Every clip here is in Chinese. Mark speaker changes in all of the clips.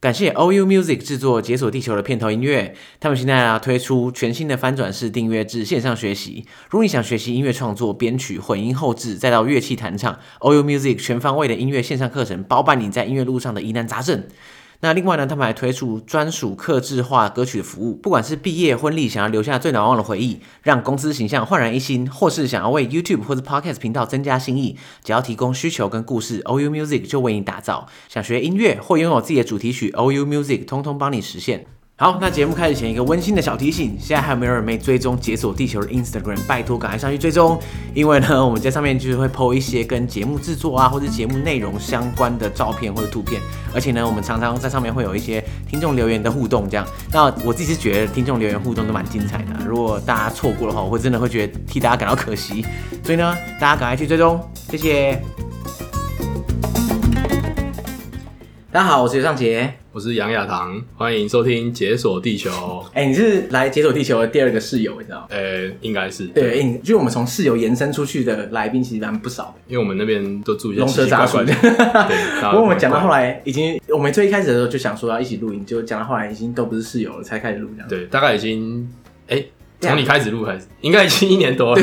Speaker 1: 感谢 OU Music 制作《解锁地球》的片头音乐。他们现在啊推出全新的翻转式订阅制线上学习。如果你想学习音乐创作、编曲、混音、后置，再到乐器弹唱，OU Music 全方位的音乐线上课程，包办你在音乐路上的疑难杂症。那另外呢，他们还推出专属客制化歌曲的服务，不管是毕业、婚礼想要留下最难忘的回忆，让公司形象焕然一新，或是想要为 YouTube 或是 Podcast 频道增加新意，只要提供需求跟故事，OU Music 就为你打造。想学音乐或拥有自己的主题曲，OU Music 通通帮你实现。好，那节目开始前一个温馨的小提醒，现在还有没有人没追踪解锁地球的 Instagram？拜托赶快上去追踪，因为呢，我们在上面就是会 PO 一些跟节目制作啊，或者节目内容相关的照片或者图片，而且呢，我们常常在上面会有一些听众留言的互动，这样。那我自己是觉得听众留言互动都蛮精彩的，如果大家错过的话，我会真的会觉得替大家感到可惜，所以呢，大家赶快去追踪，谢谢。大家好，我是尤尚杰。
Speaker 2: 我是杨亚堂，欢迎收听《解锁地球》
Speaker 1: 哎、你是来解锁地球的第二个室友，你知道吗？
Speaker 2: 呃，应该是
Speaker 1: 对，哎、你就是我们从室友延伸出去的来宾，其实蛮不少的，
Speaker 2: 因为我们那边都住一些
Speaker 1: 龙
Speaker 2: 奇
Speaker 1: 蛇
Speaker 2: 奇
Speaker 1: 杂
Speaker 2: 怪
Speaker 1: 处
Speaker 2: 怪
Speaker 1: 的
Speaker 2: 的。。对， 大家
Speaker 1: 不过我们讲到后
Speaker 2: 来，
Speaker 1: 来，已经我们最一开始的时候就想说要一起录音，结果讲到后来已经都不是室友了，才开始录这样。
Speaker 2: 对，大概已经哎，
Speaker 1: 对啊
Speaker 2: 从你开始录开始，应该已经一年多了。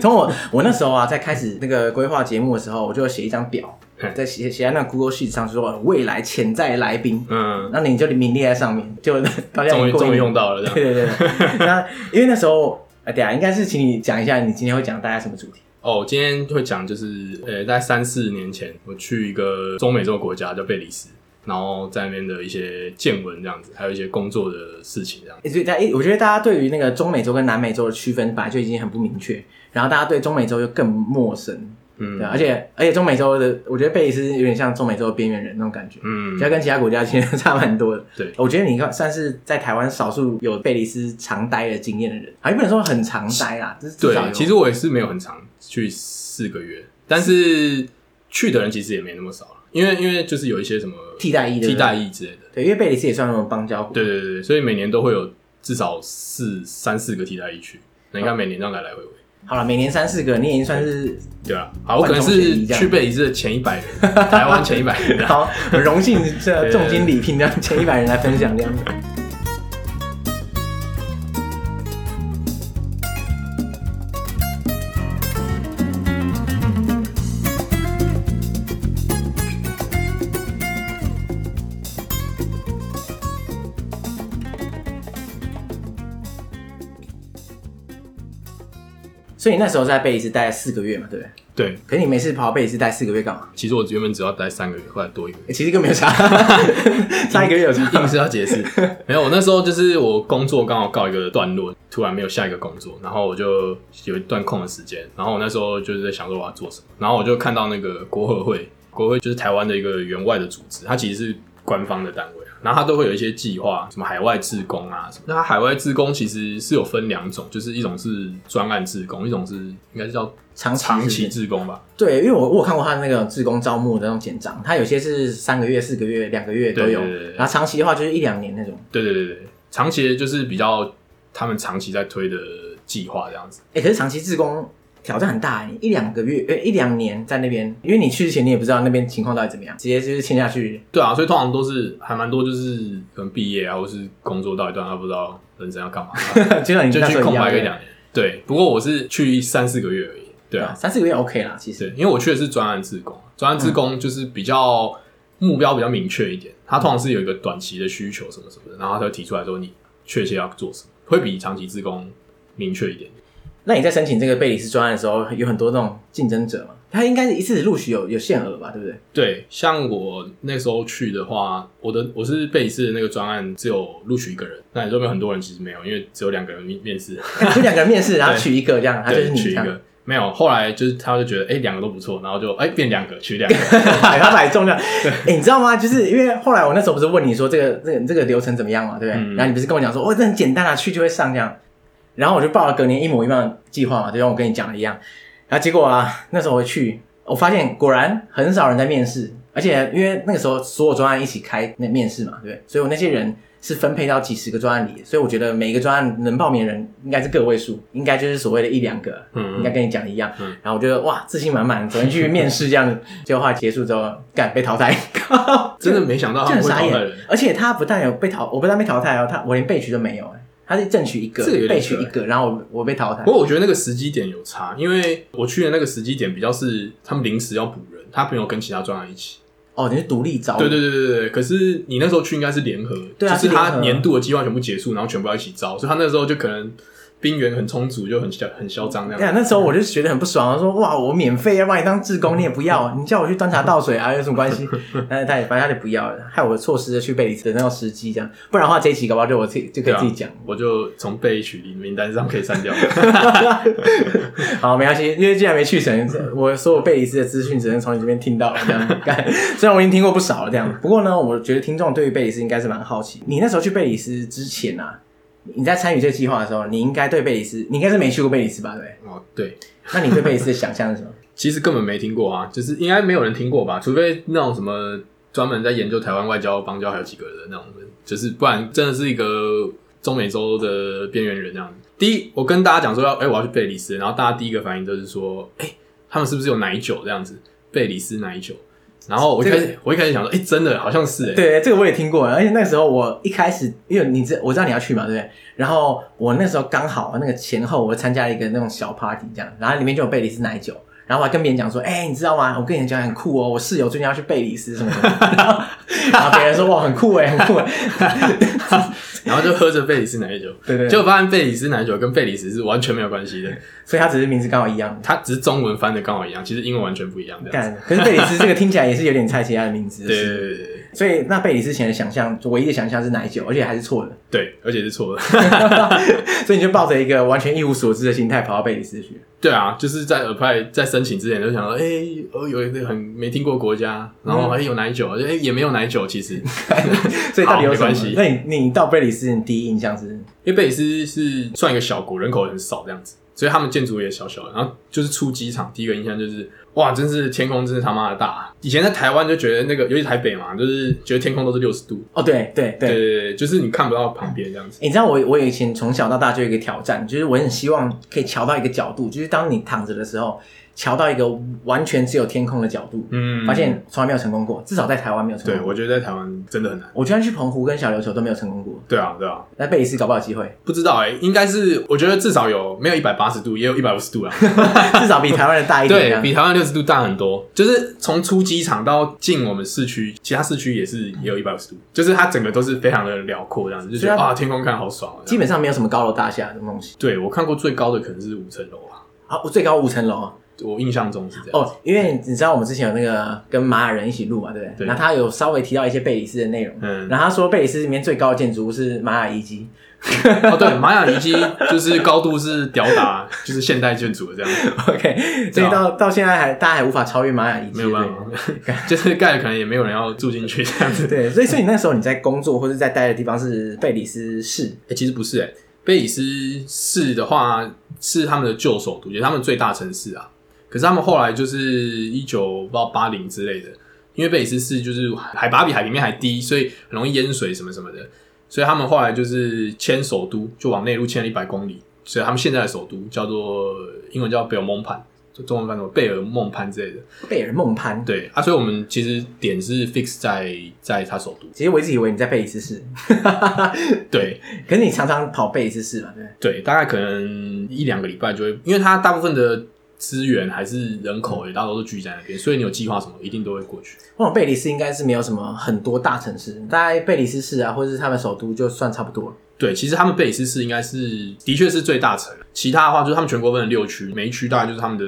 Speaker 1: 从我我那时候啊，在开始那个规划节目的时候，我就写一张表
Speaker 2: 嗯，
Speaker 1: 在写写在那 Google Sheet 上说未来潜在来宾，
Speaker 2: 嗯，
Speaker 1: 那你就名列在上面，就 大家已
Speaker 2: 终于
Speaker 1: 经过一
Speaker 2: 终于
Speaker 1: 年
Speaker 2: 用到了，这样
Speaker 1: 对对对，那因为那时候，呃，对啊，应该是请你讲一下，你今天会讲大家什么主题？
Speaker 2: 哦。今天会讲就是，呃，在三四年前，我去一个中美洲国家叫贝里斯，然后在那边的一些见闻这样子，还有一些工作的事情这样。
Speaker 1: 欸所以大家，欸我觉得大家对于那个中美洲跟南美洲的区分本来就已经很不明确，然后大家对中美洲就更陌生，
Speaker 2: 嗯
Speaker 1: 对啊、而且而且中美洲的，我觉得贝里斯有点像中美洲的边缘人那种感觉，
Speaker 2: 嗯
Speaker 1: 其实跟其他国家其实 差蛮多的。
Speaker 2: 对
Speaker 1: 我觉得你看算是在台湾少数有贝里斯常待的经验的人，啊，也不能说很常待啦，就是至少
Speaker 2: 对，
Speaker 1: 有
Speaker 2: 其实我也是没有很长，去四个月，但是去的人其实也没那么少了，因为因为就是有一些什么
Speaker 1: 替代役的
Speaker 2: 替代役之类的，
Speaker 1: 对，因为贝里斯也算那种邦交国，
Speaker 2: 对对对对，所以每年都会有至少四三四个替代役去，那你看每年这样来来回回，
Speaker 1: 好了，每年三四个，你已经算是
Speaker 2: 对啊，好，我可能
Speaker 1: 万中选
Speaker 2: 是
Speaker 1: 一这样
Speaker 2: 去贝里斯的前一百 人，台湾前一百人，啊
Speaker 1: 好，很荣幸这
Speaker 2: 对
Speaker 1: 重金礼聘这样前一百人来分享这样。所以你那时候在贝里斯待了四个月嘛，对不对？
Speaker 2: 对，
Speaker 1: 可是你每次跑到贝里斯待四个月干嘛？
Speaker 2: 其实我原本只要待三个月，后来多一个月。
Speaker 1: 欸其实根本没有 差，差一个月有差。
Speaker 2: 硬是要解释，没有。我那时候就是我工作刚好告一个段落，突然没有下一个工作，然后我就有一段空的时间，然后我那时候就是在想说我要做什么，然后我就看到那个国合会，国合会就是台湾的一个员外的组织，它其实是官方的单位啊，然后它都会有一些计划，什么海外志工啊什么。那它海外志工其实是有分两种，就是一种是专案志工，一种是应该是叫
Speaker 1: 长期
Speaker 2: 长
Speaker 1: 是
Speaker 2: 期
Speaker 1: 不是
Speaker 2: 志工吧。
Speaker 1: 对，因为我我有看过他那个志工招募的那种简章，他有些是三个月、四个月、两个月都有，
Speaker 2: 对对对对
Speaker 1: 然后长期的话就是一两年那种。
Speaker 2: 对对对对，长期的就是比较他们长期在推的计划这样子。
Speaker 1: 哎、可是长期志工挑战很大、欸，一两个月、呃一两年在那边，因为你去之前你也不知道那边情况到底怎么样，直接就是签下去。
Speaker 2: 对啊，所以通常都是还蛮多，就是可能毕业啊，或是工作到一段，他不知道人生要干嘛，
Speaker 1: 就 像你
Speaker 2: 就
Speaker 1: 那时
Speaker 2: 去
Speaker 1: 候
Speaker 2: 空
Speaker 1: 一
Speaker 2: 白
Speaker 1: 样
Speaker 2: 个一两年。对，不过我是去三四个月而已。
Speaker 1: 对
Speaker 2: 对啊
Speaker 1: 啊，，嗯三四个月 OK 啦，其实
Speaker 2: 对，因为我去的是专案自工，专案自工就是比较目标比较明确一点，他通常是有一个短期的需求什么什么的，然后他就提出来说你确切要做什么，会比长期自工明确一点。
Speaker 1: 那你在申请这个贝里斯专案的时候，有很多那种竞争者嘛？他应该是一次录取有有限额吧，对不 对？
Speaker 2: 对，像我那时候去的话，我的我是贝里斯的那个专案只有录取一个人，那你说有没有很多人？其实没有，因为只有两个人面面试。
Speaker 1: 就两个人面试，然后
Speaker 2: 对
Speaker 1: 取一个这样，他就是
Speaker 2: 对，
Speaker 1: 你这
Speaker 2: 取一
Speaker 1: 样。
Speaker 2: 个没有，后来就是他就觉得哎两、个都不错，然后就哎、变两个取 两个，
Speaker 1: 百发百中的。哎、你知道吗？就是因为后来我那时候不是问你说这个这个这个流程怎么样嘛，对不对？
Speaker 2: 嗯
Speaker 1: 然后你不是跟我讲说，哦，这很简单啊，去就会上这样。然后我就报了隔年一模一样的计划嘛，就像我跟你讲的一样。然后结果啊，那时候我去，我发现果然很少人在面试，而且因为那个时候所有专案一起开那面试嘛，对不对，所以我那些人是分配到几十个专案里，所以我觉得每一个专案能报名的人应该是个位数，应该就是所谓的一两个，
Speaker 2: 嗯
Speaker 1: 应该跟你讲的一样。
Speaker 2: 嗯
Speaker 1: 然后我觉得哇，自信满满，昨天去面试这样 子，结果后来结束之后，干被淘汰， 靠
Speaker 2: 真的啊没想到
Speaker 1: 这
Speaker 2: 他
Speaker 1: 很
Speaker 2: 们会淘
Speaker 1: 傻
Speaker 2: 汰
Speaker 1: 眼
Speaker 2: 人。。
Speaker 1: 而且他不但有被淘，我不但被淘汰哦，他我连被取都没有、欸，他是正取一个
Speaker 2: 这个有，点欸哦
Speaker 1: 被取一个，然后我我被淘汰
Speaker 2: 不。过我觉得那个时机点有差，因为我去的那个时机点比较是他们临时要补人，他朋友跟其他专案一起。
Speaker 1: 哦，你是独立招，
Speaker 2: 对对对对对。可是你那时候去应该是联合，
Speaker 1: 对啊
Speaker 2: 就是
Speaker 1: 是联
Speaker 2: 他
Speaker 1: 合
Speaker 2: 年度的计划全部结束，然后全部要一起招，所以他那时候就可能兵源很充足，就很嚣很 嚣张那
Speaker 1: 哎呀，
Speaker 2: 样。
Speaker 1: 那时候我就觉得很不爽，我啊说哇，我免费要把你当志工，你也不要，啊你叫我去端茶倒水啊，有什么关系？但是他也反正他就不要了，害我错失了去贝里斯的那种时机，这样，不然的话这一集搞不好就我自己就
Speaker 2: 啊
Speaker 1: 可以自己讲。
Speaker 2: 我就从被取名名单上可以删 掉。
Speaker 1: 好，没关系，因为既然没去成，我所有贝里斯的资讯只能从你这边听到了，这样干。虽然我已经听过不少了，这样。不过呢，我觉得听众对于贝里斯应该是蛮好奇。你那时候去贝里斯之前啊，你在参与这个计划的时候，你应该对贝里斯，你应该是没去过贝里斯吧？对不对？
Speaker 2: 哦，对，
Speaker 1: 那你对贝里斯的想象是什么？
Speaker 2: 其实根本没听过啊，就是应该没有人听过吧，除非那种什么专门在研究台湾外交、邦交还有几个人的那种人，就是不然真的是一个中美洲的边缘人这样子。第一，我跟大家讲说要，哎、我要去贝里斯，然后大家第一个反应就是说，哎、他们是不是有奶酒这样子？贝里斯奶酒。然后我一开始、
Speaker 1: 这
Speaker 2: 我一开始想说，哎、真的好像是哎、
Speaker 1: 对，这个我也听过，而且那时候我一开始，因为你知我知道你要去嘛，对不对？然后我那时候刚好那个前后，我参加了一个那种小 party 这样，然后里面就有贝里斯奶酒。然后我还跟别人讲说，哎、你知道吗？我跟你讲很酷哦，我室友最近要去贝里斯什么什么， 然后然后别人说哇很酷哎，很酷哎，
Speaker 2: 然后就喝着贝里斯奶酒，
Speaker 1: 对对对
Speaker 2: 结果发现贝里斯奶酒跟贝里斯是完全没有关系的，
Speaker 1: 所以他只是名字刚好一样。
Speaker 2: 它只是中文翻的刚好一样，其实英文完全不一样这样子。
Speaker 1: 干，可是贝里斯这个听起来也是有点猜其他的名字，
Speaker 2: 对对
Speaker 1: 是
Speaker 2: 对对对。
Speaker 1: 所以那贝里斯前的想象，唯一的想象是奶酒，而且还是错的，
Speaker 2: 对，而且是错的。
Speaker 1: 所以你就抱着一个完全一无所知的心态跑到贝里斯去。
Speaker 2: 对啊，就是在 apply 在申请之前就想说，哎、哦，有一个很没听过国家，然后
Speaker 1: 嗯
Speaker 2: 哎、有奶酒，哎、也没有奶酒，其实，
Speaker 1: 所以到底有
Speaker 2: 好
Speaker 1: 什么
Speaker 2: 没关系？
Speaker 1: 那你你到贝里斯，你第一印象是？
Speaker 2: 因为贝里斯是算一个小国，人口很少这样子，所以他们建筑也小小的。然后就是出机场，第一个印象就是，哇，真是天空真是他妈的大、啊以前在台湾就觉得那个，尤其台北嘛，就是觉得天空都是六十度，
Speaker 1: 哦，对对对。
Speaker 2: 对对对，对就是你看不到旁边这样子。
Speaker 1: 欸你知道我我以前从小到大就有一个挑战，就是我很希望可以瞧到一个角度，就是当你躺着的时候，瞧到一个完全只有天空的角度，
Speaker 2: 嗯，
Speaker 1: 发现从来没有成功过，至少在台湾没有成
Speaker 2: 对
Speaker 1: 功过。
Speaker 2: 我觉得在台湾真的很难。
Speaker 1: 我居然去澎湖跟小琉球都没有成功过，
Speaker 2: 对啊，对啊，
Speaker 1: 那贝里斯搞不好有机会，
Speaker 2: 不知道哎、应该是我觉得至少有没有一百八十度，也有一百五十度啊。
Speaker 1: 至少比台湾的大一点。这
Speaker 2: 对
Speaker 1: 样
Speaker 2: 比台湾六十度大很多，就是从出机场到进我们市区，其他市区也是也有一百五十度，就是它整个都是非常的辽阔，这样子就觉
Speaker 1: 所
Speaker 2: 得
Speaker 1: 以它
Speaker 2: 啊，天空看好爽啊。
Speaker 1: 基本上没有什么高楼大厦这种东西。
Speaker 2: 对我看过最高的可能是五层楼啊，
Speaker 1: 啊，我最高五层楼啊
Speaker 2: 我印象中是这样。
Speaker 1: 哦，因为你知道我们之前有那个跟玛雅人一起录嘛，对不对？
Speaker 2: 对
Speaker 1: 然后他有稍微提到一些贝里斯的内容，
Speaker 2: 嗯
Speaker 1: 然后他说贝里斯里面最高的建筑物是玛雅遗 迹，
Speaker 2: 哦， 对，玛雅遗迹就是高度是吊打，就是现代建筑的这 样，
Speaker 1: OK，所以到到现在还大家还无法超越玛雅遗迹，
Speaker 2: 啊没有办法， 就是盖了可能也没有人要住进去这样子
Speaker 1: 对。。对，所以所以你那时候你在工作或者在待的地方是贝里斯市，
Speaker 2: 欸，其实不是哎、贝里斯市的话是他们的旧首都，也是他们最大城市啊。可是他们后来就是一九八八零之类的，因为贝里斯市就是海拔比海平面还低，所以很容易淹水什么什么的，所以他们后来就是迁首都，就往内陆迁了一百公里，所以他们现在的首都叫做英文叫贝尔蒙潘，就中文翻什么贝尔蒙潘之类的。
Speaker 1: 贝尔孟潘。
Speaker 2: 对啊，所以我们其实点是 fix 在在它首都。
Speaker 1: 其实我一直以为你在贝里斯市，
Speaker 2: 对，
Speaker 1: 可是你常常跑贝里斯市嘛，对不对？
Speaker 2: 对，大概可能一两个礼拜就会，因为它大部分的资源还是人口也大多都聚在那边，所以你有计划什么，一定都会过去。
Speaker 1: 我想贝里斯应该是没有什么很多大城市，大概贝里斯市啊，或者是他们首都就算差不多了。
Speaker 2: 对，其实他们贝里斯市应该是的确是最大城，其他的话就是他们全国分了六区，每一区大概就是他们的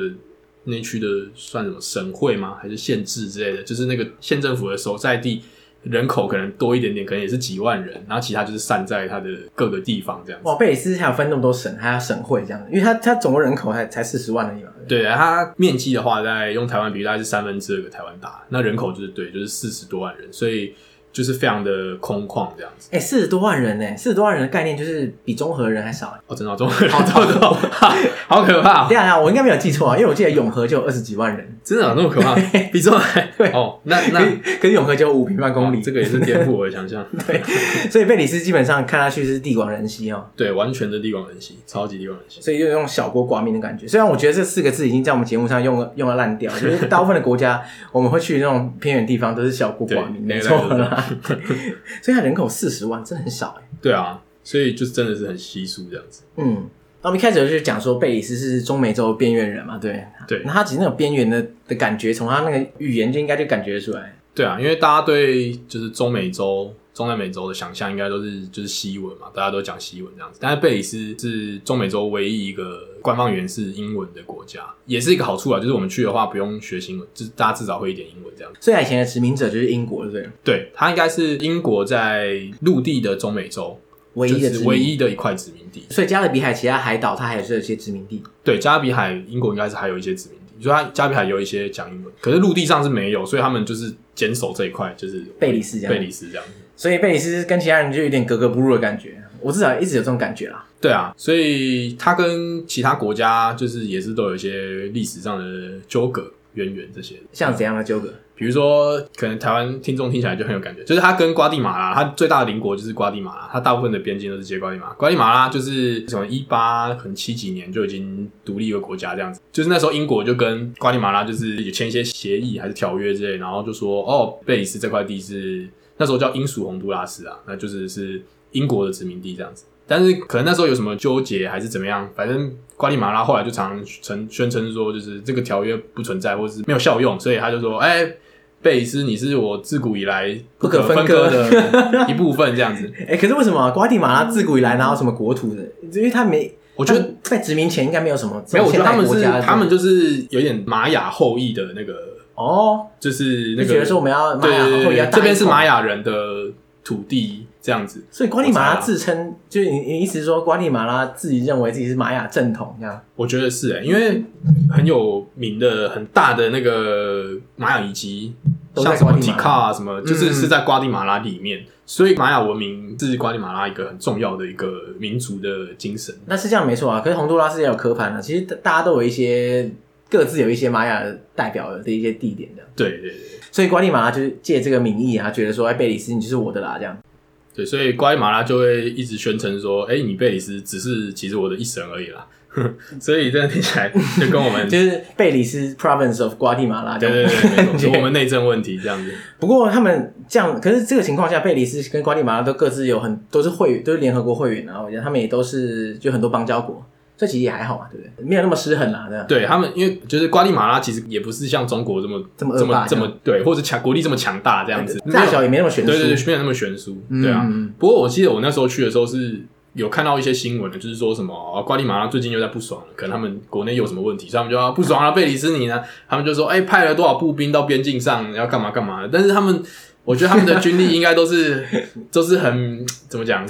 Speaker 2: 那区的算什么省会吗？还是县治之类的？就是那个县政府的所在地人口可能多一点点，可能也是几万人，然后其他就是散在它的各个地方这样子。
Speaker 1: 哇，贝里斯还有分那么多省，还有省会这样子，因为它它总共人口才才四十万而已嘛。对不对
Speaker 2: 对，它面积的话，在用台湾比喻，大概是三分之二个台湾大，那人口就是对，就是四十多万人，所以就是非常的空旷这样子。
Speaker 1: 哎，四十多万人呢、四十多万人的概念就是比中和人还少、欸。
Speaker 2: 哦，真的哦中文好糟糕， 好可怕哦
Speaker 1: 等一，下等一下，我应该没有记错啊，因为我记得永和就有二十几万人，
Speaker 2: 真的有那么可怕，比中文还
Speaker 1: 对
Speaker 2: 哦，那
Speaker 1: 可
Speaker 2: 那哦
Speaker 1: 是可是永和只有五平方公里，
Speaker 2: 啊这个也是颠覆我的想象，
Speaker 1: 对，所以贝里斯基本上看下去是地广人稀哦，
Speaker 2: 对，完全的地广人稀，超级地广人稀。
Speaker 1: 所以就用小国寡民的感觉。虽然我觉得这四个字已经在我们节目上用了用了烂掉，就是大部分的国家我们会去那种偏远地方都是小国
Speaker 2: 对
Speaker 1: 寡民，，
Speaker 2: 那
Speaker 1: 没
Speaker 2: 个
Speaker 1: 错
Speaker 2: 大家
Speaker 1: 啦。
Speaker 2: 都知道
Speaker 1: 所以它人口四十万，真的很少哎、
Speaker 2: 对啊，所以就是真的是很稀疏这样子。
Speaker 1: 嗯，那我们一开始就讲说贝里斯是中美洲边缘人嘛，对
Speaker 2: 对
Speaker 1: 那他其实那种边缘的的感觉，从他那个语言就应该就感觉得出来。
Speaker 2: 对啊，因为大家对就是中美洲、中南美洲的想象，应该都是就是西文嘛，大家都讲西文这样子。但是贝里斯是中美洲唯一一个官方语言是英文的国家，也是一个好处啊，就是我们去的话不用学新文，就是大家至少会一点英文这样子。
Speaker 1: 最以以前的殖民者就是英国，对不对？
Speaker 2: 对，它应该是英国在陆地的中美洲
Speaker 1: 唯一的
Speaker 2: 就
Speaker 1: 殖
Speaker 2: 是
Speaker 1: 民
Speaker 2: 唯一的一块殖民地。
Speaker 1: 所以加勒比海其他海岛它还是有一些殖民地。
Speaker 2: 对，加勒比海英国应该是还有一些殖民地，所以它加勒比海有一些讲英文，可是陆地上是没有，所以他们就是坚守这一块，就是
Speaker 1: 贝里斯这样
Speaker 2: 贝里斯这样子。
Speaker 1: 所以贝里斯跟其他人就有点格格不入的感觉。我至少一直有这种感觉啦。
Speaker 2: 对啊，所以它跟其他国家就是也是都有一些历史上的纠葛、渊源这些的。
Speaker 1: 像怎样的纠葛？
Speaker 2: 比如说，可能台湾听众听起来就很有感觉，就是它跟瓜地马拉，它最大的邻国就是瓜地马拉，它大部分的边境都是接瓜地马拉。瓜地马拉就是从一八可能七几年就已经独立一个国家这样子，就是那时候英国就跟瓜地马拉就是也签一些协议还是条约之类，然后就说哦，贝里斯这块地是那时候叫英属洪都拉斯啊，那就是是英国的殖民地这样子。但是可能那时候有什么纠结还是怎么样，反正瓜地马拉后来就常承宣称说，就是这个条约不存在或是没有效用，所以他就说，哎、贝里斯你是我自古以来
Speaker 1: 不
Speaker 2: 不
Speaker 1: 可
Speaker 2: 可
Speaker 1: 分
Speaker 2: 分
Speaker 1: 割
Speaker 2: 割 的一部分，这样子。
Speaker 1: 哎、可是为什么瓜地马拉自古以来哪有什么国土的？因为他没，
Speaker 2: 我觉得
Speaker 1: 他在殖民前应该没有什么这
Speaker 2: 没有，
Speaker 1: 种
Speaker 2: 我觉
Speaker 1: 现
Speaker 2: 得他
Speaker 1: 代
Speaker 2: 们
Speaker 1: 国
Speaker 2: 是
Speaker 1: 家的。
Speaker 2: 他们就是有点玛雅后裔的那个，
Speaker 1: 哦，
Speaker 2: 就是那
Speaker 1: 就
Speaker 2: 个
Speaker 1: 觉得说我们要玛
Speaker 2: 对
Speaker 1: 雅
Speaker 2: 对
Speaker 1: 后裔
Speaker 2: 对
Speaker 1: 要
Speaker 2: 对
Speaker 1: 大，
Speaker 2: 这边是
Speaker 1: 一啊块
Speaker 2: 玛，雅人的土地这样子。
Speaker 1: 所以瓜地马
Speaker 2: 我
Speaker 1: 拉
Speaker 2: 猜啊
Speaker 1: 自称，就是你你意思是说瓜地马拉自己认为自己是玛雅正统这样？
Speaker 2: 我觉得是、欸，因为很有名的、很大的那个玛雅遗迹，
Speaker 1: 都在
Speaker 2: 像什么
Speaker 1: 瓜地
Speaker 2: 提
Speaker 1: 马拉
Speaker 2: 卡啊，什么就是
Speaker 1: 嗯
Speaker 2: 是在瓜地马拉里面，所以玛雅文明是瓜地马拉一个很重要的一个民族的精神。
Speaker 1: 那是这样没错啊。可是洪都拉斯也有科盘啊，其实大家都有一些各自有一些玛雅代表的一些地点的，
Speaker 2: 对对对对
Speaker 1: 所以瓜地马拉就是借这个名义啊，觉得说哎贝里斯你就是我的啦这样。
Speaker 2: 对，所以瓜地马拉就会一直宣称说：“哎、你贝里斯只是其实我的一神而已啦。” 所以这样听起来就跟我们
Speaker 1: 就是贝里斯 province of 瓜地马拉这
Speaker 2: 对
Speaker 1: 样。
Speaker 2: 对对，没错，是
Speaker 1: 对
Speaker 2: 我们内政问题这样子。
Speaker 1: 不过他们这样，可是这个情况下，贝里斯跟瓜地马拉都各自有很都是会员，都是联合国会员啊。我觉得他们也都是就很多邦交国，这其实也还好嘛，啊对不对？没有那么失衡啦，这样。
Speaker 2: 对他们，因为就是瓜地马拉其实也不是像中国这么
Speaker 1: 这么
Speaker 2: 这
Speaker 1: 恶霸
Speaker 2: 么这
Speaker 1: 这样哎
Speaker 2: 么对，或者强国力这么强大这样子，没有
Speaker 1: 大小 也没那么悬殊。
Speaker 2: 对对对，没有那么悬殊，
Speaker 1: 嗯
Speaker 2: 对啊。
Speaker 1: 嗯
Speaker 2: 不过我记得我那时候去的时候是有看到一些新闻的，就是说什么、啊、瓜地马拉最近又在不爽了，可能他们国内有什么问题，所以他们就要不 爽了、贝里斯尼呢，他们就说哎、派了多少步兵到边境上，要干嘛干嘛的。但是他们，我觉得他们的军力应该都是都是很怎么讲，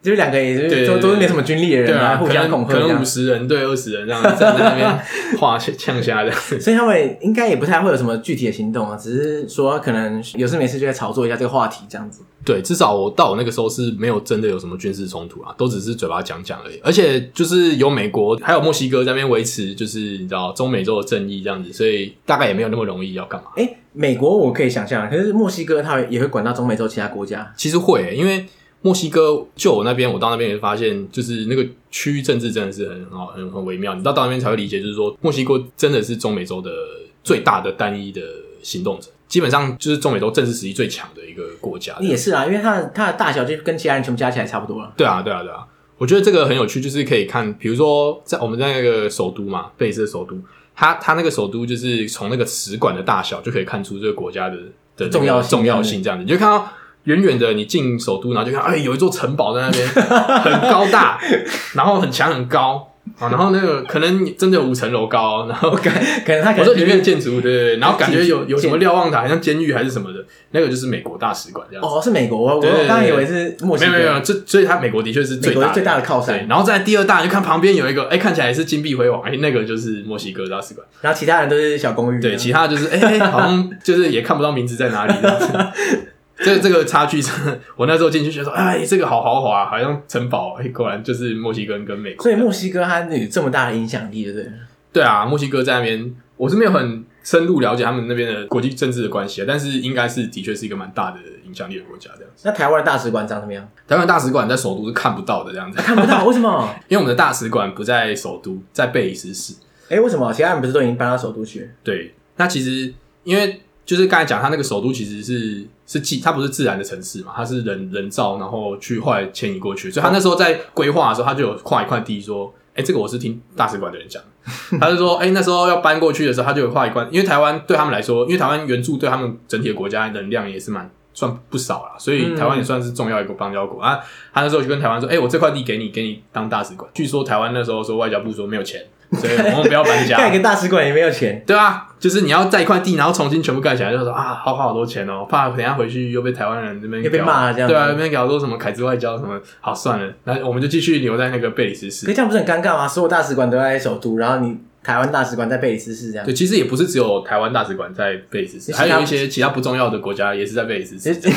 Speaker 1: 就是两个也就
Speaker 2: 对
Speaker 1: 是
Speaker 2: 对
Speaker 1: 都
Speaker 2: 对
Speaker 1: 都是没什么军力的
Speaker 2: 对
Speaker 1: 人
Speaker 2: 啊，
Speaker 1: 啊，互
Speaker 2: 可
Speaker 1: 相恐
Speaker 2: 能
Speaker 1: 吓
Speaker 2: 可
Speaker 1: 这
Speaker 2: 能
Speaker 1: 样
Speaker 2: 五。十人对二十人这样站在那边 画呛虾这样子。
Speaker 1: 所以他们应该也不太会有什么具体的行动啊，只是说可能有事没事就在炒作一下这个话题这样子。
Speaker 2: 对，至少我到我那个时候是没有真的有什么军事冲突啊，都只是嘴巴讲讲而已。而且就是有美国还有墨西哥在那边维持，就是你知道中美洲的正义这样子，所以大概也没有那么容易要干嘛。
Speaker 1: 哎，美国我可以想象，可是墨西哥它也会管到中美洲其他国家，
Speaker 2: 其实会欸、因为墨西哥就我那边，我到那边也发现，就是那个区域政治真的是很很好，很很微妙。你到到那边才会理解，就是说墨西哥真的是中美洲的最大的单一的行动者，基本上就是中美洲政治实力最强的一个国家这样子。
Speaker 1: 也是啊，因为它的它的大小就跟其他人全部加起来差不多了。
Speaker 2: 对啊，对啊，对啊，我觉得这个很有趣，就是可以看，比如说在我们在那个首都嘛，贝里斯的首都，它它那个首都就是从那个使馆的大小就可以看出这个国家的的那个
Speaker 1: 重要性
Speaker 2: 重要性这样子，你就看到。远远的，你进首都，然后就看，哎，有一座城堡在 那边，很高大，然后很强很高啊，然后那个可能真的有五层楼高，然后
Speaker 1: 可能它可能
Speaker 2: 我说
Speaker 1: 觉
Speaker 2: 里
Speaker 1: 得
Speaker 2: 面的建筑物，对对对，然后感觉有
Speaker 1: 建
Speaker 2: 有什么瞭望塔，像监狱还是什么的，那个就是美国大使馆这样子。
Speaker 1: 哦是美国，我我
Speaker 2: 对对对
Speaker 1: 刚刚以为是墨西
Speaker 2: 没
Speaker 1: 哥，
Speaker 2: 有没有没有，这所以它美国的确是
Speaker 1: 美
Speaker 2: 最
Speaker 1: 国
Speaker 2: 大
Speaker 1: 是最大的靠
Speaker 2: 对，
Speaker 1: 山，
Speaker 2: 然后在第二大你就看旁边有一个，哎、看起来是金碧辉煌，哎、那个就是墨西哥大使馆。
Speaker 1: 然后其他人都是小公寓。
Speaker 2: 哎对，其他就是哎、好像就是也看不到名字在哪里这样子。 这个这个差距真的，我那时候进去觉得说，哎，这个好豪华，好像城堡，哎，果然就是墨西哥跟美国。
Speaker 1: 所以墨西哥它有这么大的影响力，对不对？
Speaker 2: 对啊，墨西哥在那边，我是没有很深入了解他们那边的国际政治的关系啊，但是应该是的确是一个蛮大的影响力的国家这样子。
Speaker 1: 那台湾的大使馆长怎么样？
Speaker 2: 台湾大使馆在首都是看不到的这样子，
Speaker 1: 看不 到，为什么？
Speaker 2: 因为我们的大使馆不在首都，在贝里斯市。
Speaker 1: 哎，为什么？其他人不是都已经搬到首都去？
Speaker 2: 对，那其实因为就是刚才讲，它那个首都其实是是既它不是自然的城市嘛，它是人人造，然后去后来迁移过去，所以他那时候在规划的时候，他就有画一块地说。哎、这个我是听大使馆的人讲的，他就说，哎、那时候要搬过去的时候，他就有画一块，因为台湾对他们来说，因为台湾援助对他们整体的国家能量也是蛮算不少啦，所以台湾也算是重要一个邦交国、啊。他那时候就跟台湾说，哎、我这块地给你，给你当大使馆。据说台湾那时候说外交部说没有钱，所以我们不要搬家，
Speaker 1: 盖个大使馆也没有钱，
Speaker 2: 对啊，就是你要在一块地，然后重新全部盖起来，就说啊，好花好多钱哦，怕等一下回去又被台湾人这边
Speaker 1: 又被
Speaker 2: 搞
Speaker 1: 骂了这样子
Speaker 2: 对啊，那边搞说什么凯子外交什么，好算了，那我们就继续留在那个贝里斯
Speaker 1: 可
Speaker 2: 市。
Speaker 1: 这样不是很尴尬吗？所有大使馆都在首都，然后你台湾大使馆在贝里斯是这样
Speaker 2: 对，，其实也不是只有台湾大使馆在贝里斯市，
Speaker 1: 其他
Speaker 2: 还有一些其他不重要的国家也是在贝里斯市，
Speaker 1: 其实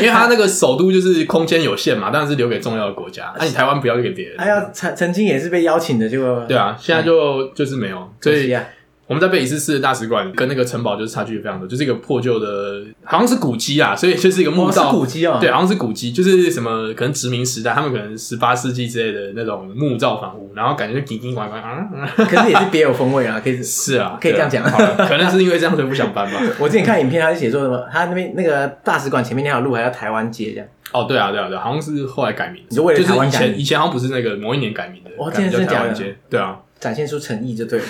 Speaker 2: 因为它那个首都就是空间有限嘛，当然是留给重要的国家，啊那、你台湾不要给别人。
Speaker 1: 还要曾曾经也是被邀请的，结果
Speaker 2: 对啊，现在就、就是没有，
Speaker 1: 可
Speaker 2: 所以
Speaker 1: 惜啊，
Speaker 2: 我们在贝里斯市的大使馆跟那个城堡就是差距非常多，就是一个破旧的，好像是古迹啊，所以就是一个墓
Speaker 1: 哦是
Speaker 2: 道，
Speaker 1: 古迹哦，
Speaker 2: 对，好啊像是古迹，就是什么可能殖民时代，他们可能十八世纪之类的那种木造房屋，然后感觉就叽叽呱呱啊， 啊
Speaker 1: 可是也是别有风味啊，可以
Speaker 2: 是啊，
Speaker 1: 可以这样
Speaker 2: 对啊
Speaker 1: 讲
Speaker 2: 好了可能是因为这样所以不想搬吧。
Speaker 1: 我之前看影片，他是写说什么，他那边那个大使馆前面那条路还叫台湾街这样。
Speaker 2: 哦，对啊，对啊，对啊，好像是后来改名，
Speaker 1: 你是为了
Speaker 2: 就是
Speaker 1: 台湾
Speaker 2: 以
Speaker 1: 改名
Speaker 2: 前以前好像不是那个某一年改名的，
Speaker 1: 哇
Speaker 2: 改名
Speaker 1: 真
Speaker 2: 叫
Speaker 1: 的
Speaker 2: 台湾
Speaker 1: 假的
Speaker 2: 街，对啊，
Speaker 1: 展现出诚意就 对了，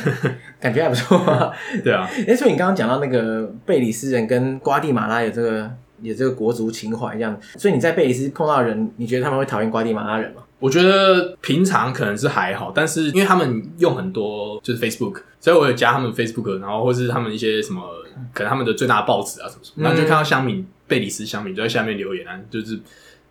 Speaker 1: 感觉还不错、啊。
Speaker 2: 对啊，
Speaker 1: 哎、所以你刚刚讲到那个贝里斯人跟瓜地马拉有这个有这个国族情怀这样，所以你在贝里斯碰到的人，你觉得他们会讨厌瓜地马拉人吗？
Speaker 2: 我觉得平常可能是还好，但是因为他们用很多就是 Facebook，所以我有加他们 Facebook，然后或是他们一些什么，可能他们的最大的报纸啊什么什
Speaker 1: 嗯
Speaker 2: 么，然后就看到乡民贝里斯乡民就在下面留言啊，就是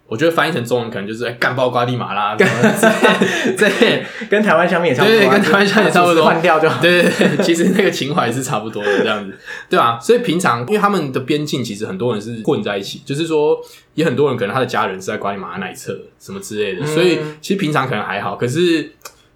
Speaker 2: 我觉得翻译成中文可能就是哎干、爆瓜地马拉，什么之类之类的
Speaker 1: 跟台湾相比也差不多啊、
Speaker 2: 对跟台湾相比也差不多
Speaker 1: 就是换掉就好。
Speaker 2: 对对对，其实那个情怀是差不多的这 样子，对啊，所以平常因为他们的边境其实很多人是混在一起，就是说也很多人可能他的家人是在瓜地马拉那一侧什么之类的，
Speaker 1: 嗯
Speaker 2: 所以其实平常可能还好，可是。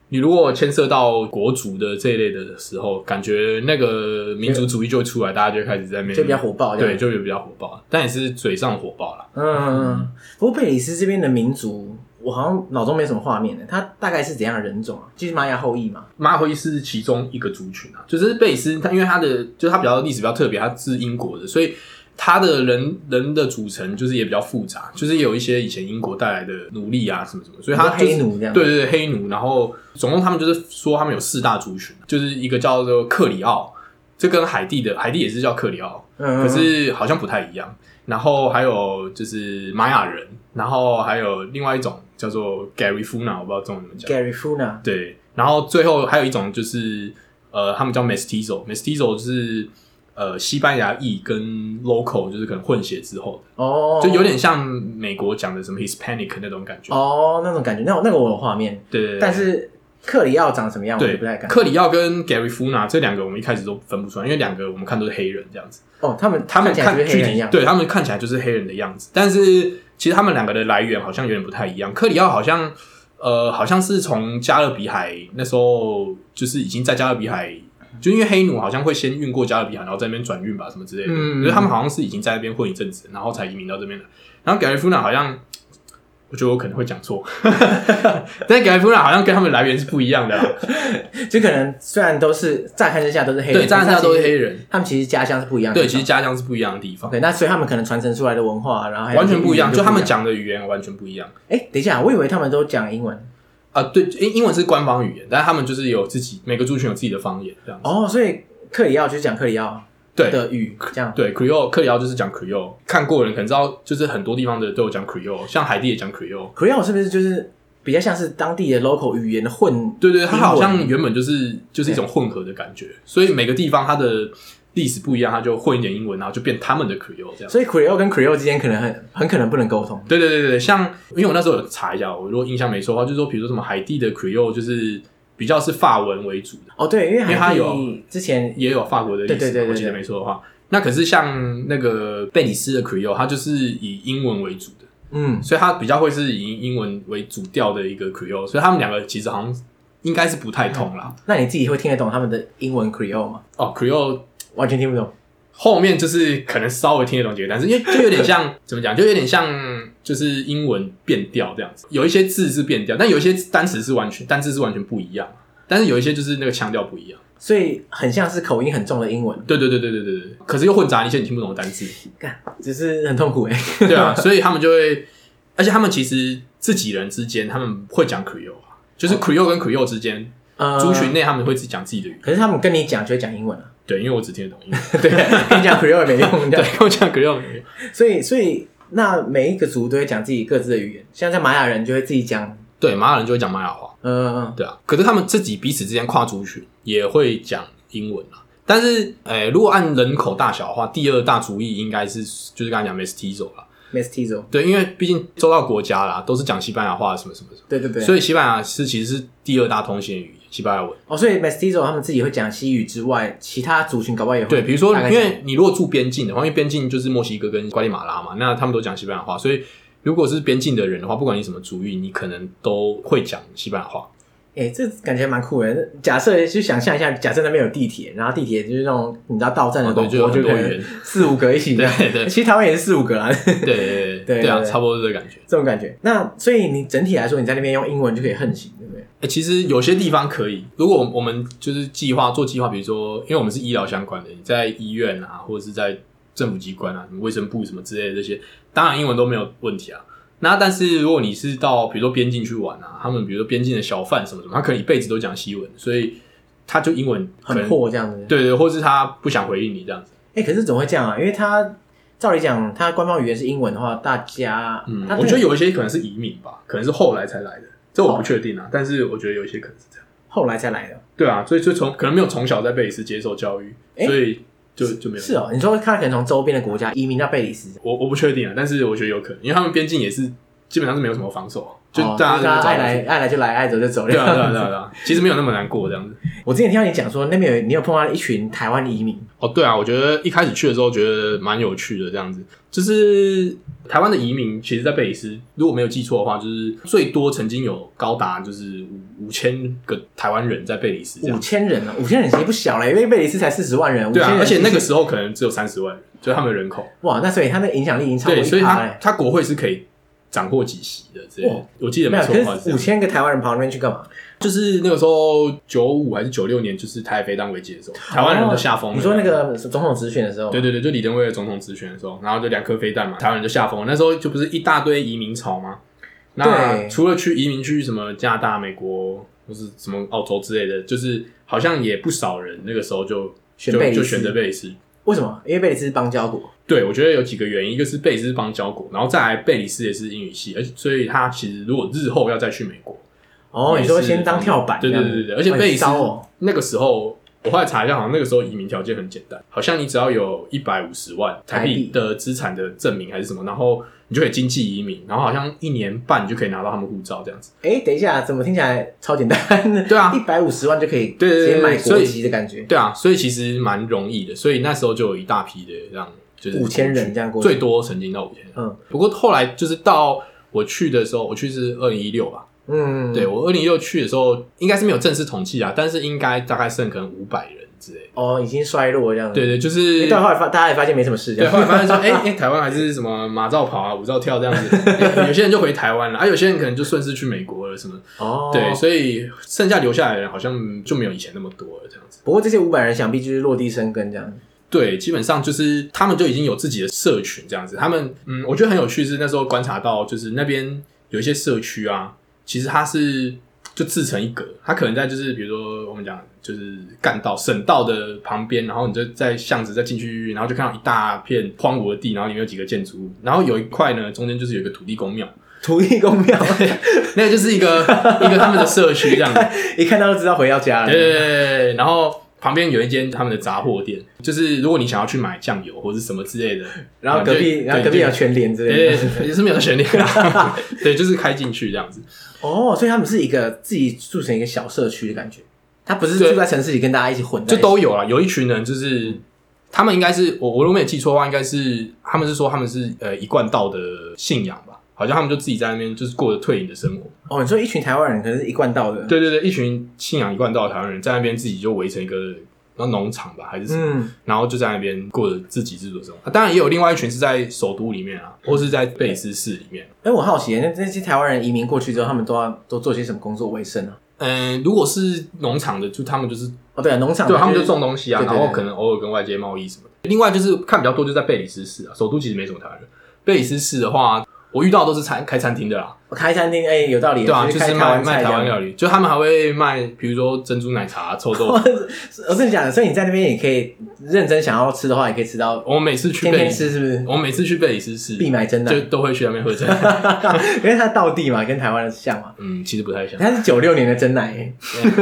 Speaker 2: 你如果牵涉到国族的这一类的时候，感觉那个民族主义就会出来，大家就会开始在那边
Speaker 1: 就比较火爆这
Speaker 2: 对，
Speaker 1: 样
Speaker 2: 就会比较火爆，但也是嘴上火爆啦。
Speaker 1: 嗯嗯，嗯。不过贝里斯这边的民族，我好像脑中没什么画面呢。他大概是怎样的人种啊？就是玛雅后裔嘛。
Speaker 2: 马辉是其中一个族群啊，就是贝里斯，它因为它的就是它比较历史比较特别，它是英国的，所以它的人人的组成就是也比较复杂，就是有一些以前英国带来的奴隶啊什么什么，所以它、就是、
Speaker 1: 黑奴这样
Speaker 2: 对对对黑奴，然后总共他们就是说他们有四大族群，啊就是一个叫做克里奥，这跟海地的海地也是叫克里奥，
Speaker 1: 嗯，嗯
Speaker 2: 可是好像不太一样。然后还有就是玛雅人，然后还有另外一种叫做 Garifuna，我不知道中文怎么讲。
Speaker 1: 嗯 Gary Funa，
Speaker 2: 对，然后最后还有一种就是呃，他们叫 mestizo，mestizo 就是呃西班牙裔跟 local 就是可能混血之后
Speaker 1: 哦，
Speaker 2: 的，就有点像美国讲的什么 Hispanic 那种感觉。
Speaker 1: 哦那种感觉。那我那个我有画面，
Speaker 2: 对对对，
Speaker 1: 但是克里奥长什么样，我
Speaker 2: 对
Speaker 1: 就不太敢。
Speaker 2: 克里奥跟 Gary Funa 这两个我们一开始都分不出来，因为两个我们看都是黑人这样子，
Speaker 1: 哦，他们
Speaker 2: 他们
Speaker 1: 看起来
Speaker 2: 看
Speaker 1: 就跟
Speaker 2: 具
Speaker 1: 黑人一
Speaker 2: 体
Speaker 1: 样，
Speaker 2: 对他们看起来就是黑人的样子，但是其实他们两个的来源好像有点不太一样。克里奥好像呃好像是从加勒比海那时候就是已经在加勒比海，就因为黑奴好像会先运过加勒比海，然后在那边转运吧什么之类的，
Speaker 1: 嗯
Speaker 2: 就是他们好像是已经在那边混一阵子，然后才移民到这边来。然后改瑞夫纳好像。我觉得我可能会讲错， 但改瑞夫纳好像跟他们来源是不一样的啦。
Speaker 1: 就可能虽然都是乍看之下都是黑人，
Speaker 2: 对，加拿大都是黑
Speaker 1: 人，
Speaker 2: 人，
Speaker 1: 他们其实家乡是不一样的地
Speaker 2: 对，
Speaker 1: 方。
Speaker 2: 其实家乡是不一样的地方，
Speaker 1: 对，那所以他们可能传承出来的文化，然后还有
Speaker 2: 完全不一
Speaker 1: 语
Speaker 2: 样，
Speaker 1: 言
Speaker 2: 就
Speaker 1: 不
Speaker 2: 他们，讲的语言完全不一样。
Speaker 1: 哎，等一下，我以为他们都讲英文
Speaker 2: 啊，对，英英文是官方语言，但是他们就是有自己每个族群有自己的方言这样子。
Speaker 1: 哦，所以克里奥就是讲克里奥
Speaker 2: 对
Speaker 1: 的语，这样
Speaker 2: 对，Creole 克里奥就是讲 Creole，看过的人可能知道，就是很多地方的都有讲 Creole，像海地也讲 Creole。
Speaker 1: 克里奥是不是就是比较像是当地的 local 语言的混？
Speaker 2: 对对，它
Speaker 1: 英文
Speaker 2: 好像原本就是就是一种混合的感觉，所以每个地方它的历史不一样，它就混一点英文，然后就变他们的 Creole 这样。
Speaker 1: 所以克里奥跟克里奥之间可能很很可能不能沟通。
Speaker 2: 对对对对，像因为我那时候有查一下，我如果印象没错的话，就是说，比如说什么海地的 Creole 就是比较是法文为主的，
Speaker 1: 哦，对，因为
Speaker 2: 因为它
Speaker 1: 韩
Speaker 2: 有
Speaker 1: 币之前
Speaker 2: 也有法国的历史嘛，
Speaker 1: 对对对对
Speaker 2: 我记得没错的话。那可是像那个贝里斯的 Creole，它就是以英文为主的，
Speaker 1: 嗯
Speaker 2: 所以它比较会是以英文为主调的一个 Creole，所以他们两个其实好像应该是不太通啦。
Speaker 1: 那你自己会听得懂他们的英文 Creole 吗？
Speaker 2: 哦，Creole
Speaker 1: 完全听不懂。
Speaker 2: 后面就是可能稍微听得懂几个单词，因为就有点像怎么讲，就有点像就是英文变调这样子，有一些字是变调，但有一些单词是完全单字是完全不一样，但是有一些就是那个腔调不一样。
Speaker 1: 所以很像是口音很重的英文，
Speaker 2: 对对对对对对对，可是又混杂一些你听不懂的单词，
Speaker 1: 干，只是很痛苦哎、欸。
Speaker 2: 对啊，所以他们就会，而且他们其实自己人之间他们会讲 Creole 啊，就是
Speaker 1: 哦
Speaker 2: Creole 跟 Creole 之间，
Speaker 1: 呃
Speaker 2: 族群，内他们会自己讲自己的语言。
Speaker 1: 可是他们跟你讲就会讲英文 啊，
Speaker 2: 对，因为我只听得懂英文，
Speaker 1: 对，跟你讲 Creole 也没用
Speaker 2: 对
Speaker 1: 的。，
Speaker 2: 我讲 Creole 没有
Speaker 1: 所以，所以那每一个族都会讲自己各自的语言，像在玛雅人就会自己讲，
Speaker 2: 对，玛雅人就会讲玛雅话。
Speaker 1: 呃，
Speaker 2: 对啊，可是他们自己彼此之间跨族群也会讲英文啊。但是，诶、如果按人口大小的话，第二大族裔应该是就是刚才讲 Mestizo 啦。
Speaker 1: mestizo，
Speaker 2: 对，因为毕竟周到国家啦，都是讲西班牙话什么什么什么，
Speaker 1: 对对对，
Speaker 2: 所
Speaker 1: 以
Speaker 2: 以西班牙是其实是第二大通行的语言，西班牙文。
Speaker 1: 哦，所以 mestizo 他们自己会讲西语之外，其他族群搞不好也会。
Speaker 2: 对，比如说
Speaker 1: 大，概
Speaker 2: 因
Speaker 1: 讲
Speaker 2: 为你如果住边境的话，因为边境就是墨西哥跟瓜地马拉嘛，那他们都讲西班牙话，所以如果是边境的人的话，不管你什么族裔，你可能都会讲西班牙话。
Speaker 1: 哎、这感觉蛮酷的。假设去想象一下，假设那边有地铁，然后地铁就是那种你知道到站的
Speaker 2: 哦对
Speaker 1: 广
Speaker 2: 就有
Speaker 1: 播，
Speaker 2: 很
Speaker 1: 可
Speaker 2: 多
Speaker 1: 能
Speaker 2: 元
Speaker 1: 四五个一起这样。
Speaker 2: 对对
Speaker 1: 其实台湾也是四五个啊，
Speaker 2: 对对对
Speaker 1: 对
Speaker 2: 对啊，
Speaker 1: 对
Speaker 2: 差不多是这个感觉。
Speaker 1: 这种感觉。那所以你整体来说，你在那边用英文就可以横行，对不对？
Speaker 2: 欸，其实有些地方可以。如果我们就是计划做计划，比如说，因为我们是医疗相关的，你在医院啊，或者是在政府机关啊，什么卫生部什么之类的这些，当然英文都没有问题啊。那但是如果你是到比如说边境去玩啊，他们比如说边境的小贩什么什么，他可能一辈子都讲西文，所以他就英文可
Speaker 1: 很
Speaker 2: 能
Speaker 1: 破这样子。
Speaker 2: 对对，或是他不想回应你这样子。
Speaker 1: 哎、可是怎么会这样啊？因为他照理讲，他官方语言是英文的话，大家，
Speaker 2: 嗯
Speaker 1: 他，
Speaker 2: 我
Speaker 1: 对
Speaker 2: 觉得有一些可能是移民吧，可能是后来才来的，这我不确定啊。但是我觉得有一些可能是这样。
Speaker 1: 后来才来的。
Speaker 2: 对啊，所以就从可能没有从小在贝里斯接受教育，
Speaker 1: 诶
Speaker 2: 所以就就没有。
Speaker 1: 是哦，你说他可能从周边的国家移民到贝里斯，
Speaker 2: 我我不确定啊，但是我觉得有可能，因为他们边境也是基本上是没有什么防守，啊就
Speaker 1: 哦
Speaker 2: 大家
Speaker 1: 就是大
Speaker 2: 就
Speaker 1: 家爱
Speaker 2: 是找
Speaker 1: 来爱来就来，爱走就走。
Speaker 2: 对啊对啊对啊对啊，其实没有那么难过这样子。
Speaker 1: 我之前听到你讲说，那边有你有碰到一群台湾移民，
Speaker 2: 哦，对啊，我觉得一开始去的时候觉得蛮有趣的，这样子就是台湾的移民，其实，在贝里斯如果没有记错的话，就是最多曾经有高达就是五五千个台湾人在贝里斯这
Speaker 1: 五
Speaker 2: 样。
Speaker 1: 千人啊，五千人其实不小了，因为贝里斯才四十万人，五
Speaker 2: 对
Speaker 1: 千
Speaker 2: 啊，
Speaker 1: 人，
Speaker 2: 而且那个时候可能只有三十万人，就是他们的人口。
Speaker 1: 哇，那所以他的影响力已经超过
Speaker 2: 对，所
Speaker 1: 一
Speaker 2: 以
Speaker 1: 趴哎
Speaker 2: 他
Speaker 1: 了。
Speaker 2: 他国会是可以斩获几席的，之类
Speaker 1: 哇
Speaker 2: 的。我记得
Speaker 1: 没
Speaker 2: 没
Speaker 1: 有，
Speaker 2: 错
Speaker 1: 可
Speaker 2: 的话是
Speaker 1: 是
Speaker 2: 这
Speaker 1: 五
Speaker 2: 样。
Speaker 1: 千个台湾人跑到那边去干嘛？
Speaker 2: 就是那个时候九五还是九六年，就是台海飞弹危机的时候，台湾人都下风了。
Speaker 1: 哦
Speaker 2: 啊
Speaker 1: 你说那个总统直选的时候，
Speaker 2: 对对对，就李登辉的总统直选的时候，然后就两颗飞弹嘛，台湾人就下风了。那时候就不是一大堆移民潮吗？那
Speaker 1: 对
Speaker 2: 除了去移民去什么加拿大、美国或是什么澳洲之类的，就是好像也不少人那个时候就
Speaker 1: 选贝
Speaker 2: 就
Speaker 1: 里
Speaker 2: 就
Speaker 1: 斯
Speaker 2: 选择贝里斯。
Speaker 1: 为什么？因为贝里斯是邦交国，
Speaker 2: 对，我觉得有几个原因，一个是贝里斯是邦交国，然后再来贝里斯也是英语系，而且所以他其实如果日后要再去美国，
Speaker 1: 哦，你说先当跳板这
Speaker 2: 对
Speaker 1: 样
Speaker 2: 对
Speaker 1: 子，
Speaker 2: 对对对，而且
Speaker 1: 哇
Speaker 2: 贝里
Speaker 1: 你
Speaker 2: 斯
Speaker 1: 骚哦，
Speaker 2: 那个时候，我后来查一下，好像那个时候移民条件很简单，好像你只要有一百五十万台
Speaker 1: 台
Speaker 2: 币
Speaker 1: 币
Speaker 2: 的资产的证明还是什么，然后你就可以经济移民，然后好像一年半你就可以拿到他们护照这样子。
Speaker 1: 哎，等一下，怎么听起来超简单？
Speaker 2: 对 啊
Speaker 1: 一百五十万就可以
Speaker 2: 对对对
Speaker 1: 直接买
Speaker 2: 对所
Speaker 1: 国
Speaker 2: 以
Speaker 1: 籍的感觉，
Speaker 2: 对啊，所以其实蛮容易的，所以那时候就有一大批的这样，就
Speaker 1: 5000
Speaker 2: 是
Speaker 1: 人
Speaker 2: 过去
Speaker 1: 这样过去
Speaker 2: 最多曾经到五千人。
Speaker 1: 嗯
Speaker 2: 不过后来就是到我去的时候，我去是二零一六吧，
Speaker 1: 嗯，
Speaker 2: 对，我二零一六去的时候，应该是没有正式统计啊，但是应该大概剩可能五百人之类的。
Speaker 1: 哦，已经衰落这样子，
Speaker 2: 对对，就是
Speaker 1: 诶，但后来发大家也发现没什么事，这
Speaker 2: 对，
Speaker 1: 样
Speaker 2: 后来发现说，哎、哎、台湾还是什么马照跑啊，舞照跳这样子、哎有些人就回台湾了，啊，有些人可能就顺势去美国了什么，
Speaker 1: 哦，
Speaker 2: 对，所以剩下留下来的人好像就没有以前那么多了这样子。
Speaker 1: 不过这些五百人想必就是落地生根这样，
Speaker 2: 对，基本上就是他们就已经有自己的社群这样子。他们，嗯，我觉得很有趣是那时候观察到，就是那边有一些社区啊，其实它是就自成一格，它可能在就是比如说我们讲就是干道、省道的旁边，然后你就在巷子再进去，然后就看到一大片荒芜的地，然后里面有几个建筑物，然后有一块呢中间就是有一个土地公庙，
Speaker 1: 土地公 庙，
Speaker 2: 那 个就是一个一个他们的社区这样子。
Speaker 1: 一看到就知道回到家了，
Speaker 2: 对对对对对，然后。旁边有一间他们的杂货店，就是如果你想要去买酱油或者什么之类的，
Speaker 1: 然后
Speaker 2: 你就
Speaker 1: 隔壁，然后
Speaker 2: 对
Speaker 1: 隔壁
Speaker 2: 你就
Speaker 1: 有全联之类
Speaker 2: 对
Speaker 1: 的。
Speaker 2: 对，也是没 有悬念啦，对，就是开进去这样子。
Speaker 1: 哦，所以他们是一个自己住成一个小社区的感觉，他不是
Speaker 2: 对
Speaker 1: 住在城市里跟大家一起混在
Speaker 2: 就
Speaker 1: 一起，
Speaker 2: 都有啦，有一群人就是他们应该是我我如果没有记错的话，应该是他们是说他们是呃一贯道的信仰吧，好像他们就自己在那边就是过着退隐的生活。
Speaker 1: 哦，你说一群台湾人可能是一贯道的，
Speaker 2: 对对对，一群信仰一贯道的台湾人在那边自己就围成一个那农场吧还是什么，
Speaker 1: 嗯，
Speaker 2: 然后就在那边过着自给自足的生活、啊当然也有另外一群是在首都里面啊，或是在贝里斯市里面。
Speaker 1: 哎，我好奇，那那些台湾人移民过去之后，他们都要都做些什么工作为生啊？
Speaker 2: 嗯，如果是农场的，就他们就是
Speaker 1: 哦，对啊，农场
Speaker 2: 对，
Speaker 1: 的
Speaker 2: 他们就是种东西啊，
Speaker 1: 对对
Speaker 2: 然
Speaker 1: 对
Speaker 2: 后可能偶尔跟外界贸易什么的。另外就是看比较多，就在贝里斯市啊，首都其实没什么台湾人。贝里斯市的话，我遇到都是餐开餐厅的啦，
Speaker 1: 开餐厅，哎、有道理，
Speaker 2: 对啊，就
Speaker 1: 开
Speaker 2: 是
Speaker 1: 台
Speaker 2: 卖
Speaker 1: 湾
Speaker 2: 卖
Speaker 1: 菜
Speaker 2: 台
Speaker 1: 这
Speaker 2: 湾
Speaker 1: 样。
Speaker 2: 料理，就他们还会卖，比如说珍珠奶茶、臭豆 腐。
Speaker 1: 我跟你讲，所以你在那边也可以认真想要吃的话，也可以吃到
Speaker 2: 我每次去
Speaker 1: 天
Speaker 2: 贝里
Speaker 1: 天
Speaker 2: 斯，
Speaker 1: 吃，是不是？
Speaker 2: 我每次去贝里斯市
Speaker 1: 必买真
Speaker 2: 就
Speaker 1: 的，
Speaker 2: 都会去那边喝珍。
Speaker 1: 因为它道地嘛，跟台湾的像嘛。
Speaker 2: 嗯，其实不太像。
Speaker 1: 它是九六年的真奶、欸，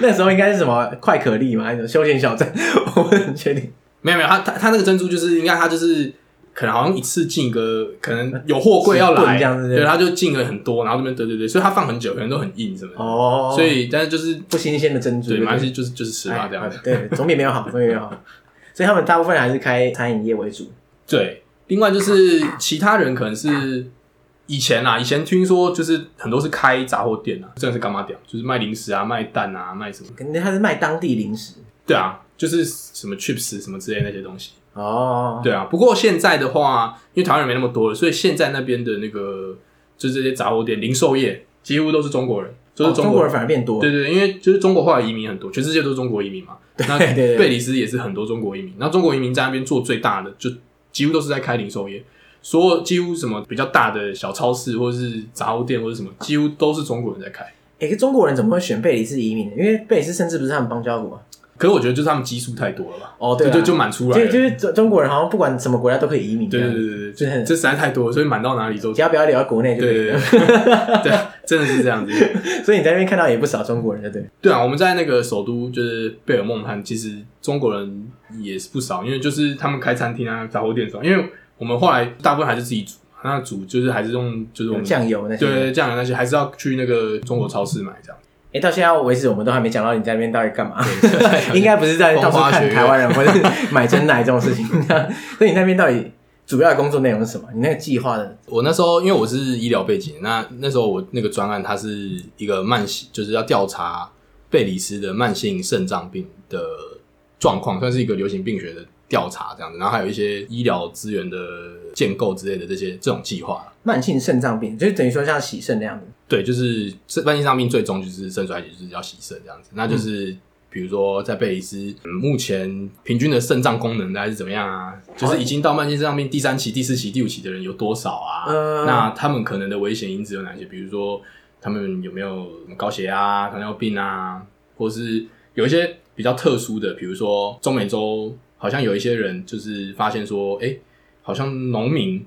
Speaker 1: 那时候应该是什么快可丽嘛，还是什么休闲小站， 我不是很确定。
Speaker 2: 没有没有，他他他那个珍珠就是应该他就是可能好像一次进个可能有货柜要
Speaker 1: 十
Speaker 2: 来
Speaker 1: 吨这样子
Speaker 2: 对，他就进了很多，然后那边对对对，所以他放很久，可能都很硬什么的。
Speaker 1: 哦，
Speaker 2: 所以但是就是
Speaker 1: 不新鲜的珍珠，
Speaker 2: 对，
Speaker 1: 不
Speaker 2: 马来西亚就是就是吃它这样
Speaker 1: 哎
Speaker 2: 子。
Speaker 1: 对，总比没有好，总比没 有好。所以他们大部分还是开餐饮业为主。
Speaker 2: 对，另外就是其他人可能是以前啊，以前听说就是很多是开杂货店啊，真的是干嘛屌，就是卖零食啊、卖蛋啊、卖什么？
Speaker 1: 可能他是卖当地零食
Speaker 2: 对啊，就是什么 chips 什么之类那些东西。
Speaker 1: 哦，
Speaker 2: 对啊，不过现在的话，因为台湾人没那么多了，所以现在那边的那个就是这些杂货店、零售业几乎都是中国人，就是
Speaker 1: 哦中
Speaker 2: 国
Speaker 1: 国人反而变多，
Speaker 2: 对对，对因为就是中国后来移民很多，全世界都是中国移民嘛。那
Speaker 1: 对对
Speaker 2: 贝里斯也是很多中国移民，那中国移民在那边做最大的，就几乎都是在开零售业，所有几乎什么比较大的小超市或者是杂货店或者什么，几乎都是中国人在开。
Speaker 1: 哎、可中国人怎么会选贝里斯移民呢？因为贝里斯甚至不是他们邦交国啊、
Speaker 2: 可是我觉得就是他们基数太多了吧，
Speaker 1: 哦，对啊，
Speaker 2: 就就就满出来
Speaker 1: 就
Speaker 2: 了。
Speaker 1: 就是中中国人好像不管什么国家都可以移民这
Speaker 2: 对
Speaker 1: 样，
Speaker 2: 对对对，
Speaker 1: 就
Speaker 2: 这
Speaker 1: 很
Speaker 2: 这实在太多了，所以满到哪里都
Speaker 1: 只要不要聊到国内就
Speaker 2: 对
Speaker 1: 可以
Speaker 2: 对
Speaker 1: 了。
Speaker 2: 对对，啊真的是这样子。
Speaker 1: 所以你在那边看到也不少中国人，对不对？
Speaker 2: 对啊，我们在那个首都就是贝尔蒙汉，其实中国人也是不少，因为就是他们开餐厅啊、杂货店什么，因为我们后来大部分还是自己煮，那煮就是还是用就是我
Speaker 1: 有
Speaker 2: 们
Speaker 1: 酱油那些。
Speaker 2: 对酱油那些，还是要去那个中国超市买这样。
Speaker 1: 哎、到现在为止，我们都还没讲到你在那边到底干嘛。
Speaker 2: 对
Speaker 1: 应该不是在到处
Speaker 2: 风花雪
Speaker 1: 看
Speaker 2: 月
Speaker 1: 台湾人或者是买真奶这种事情。 所以你那边到底主要的工作内容是什么？你那个计划的
Speaker 2: 我那时候因为我是医疗背景，那那时候我那个专案它是一个慢性，就是要调查贝里斯的慢性肾脏病的状况，算是一个流行病学的调查这样子，然后还有一些医疗资源的建构之类的这些这种计划。
Speaker 1: 慢性肾脏病，就是等于说像洗肾那样的。
Speaker 2: 对，就是这慢性伤病最终就是肾衰竭，就是要洗肾这样子。那
Speaker 1: 嗯
Speaker 2: 就是、比如说在贝里斯，嗯目前平均的肾脏功能大概是怎么样啊？就是已经到慢性肾脏病第三期、第四期、第五期的人有多少啊？
Speaker 1: 嗯
Speaker 2: 那他们可能的危险因子有哪些？比如说他们有没有高血压、糖尿病啊，或是有一些比较特殊的，比如说中美洲好像有一些人就是发现说，哎、好像农民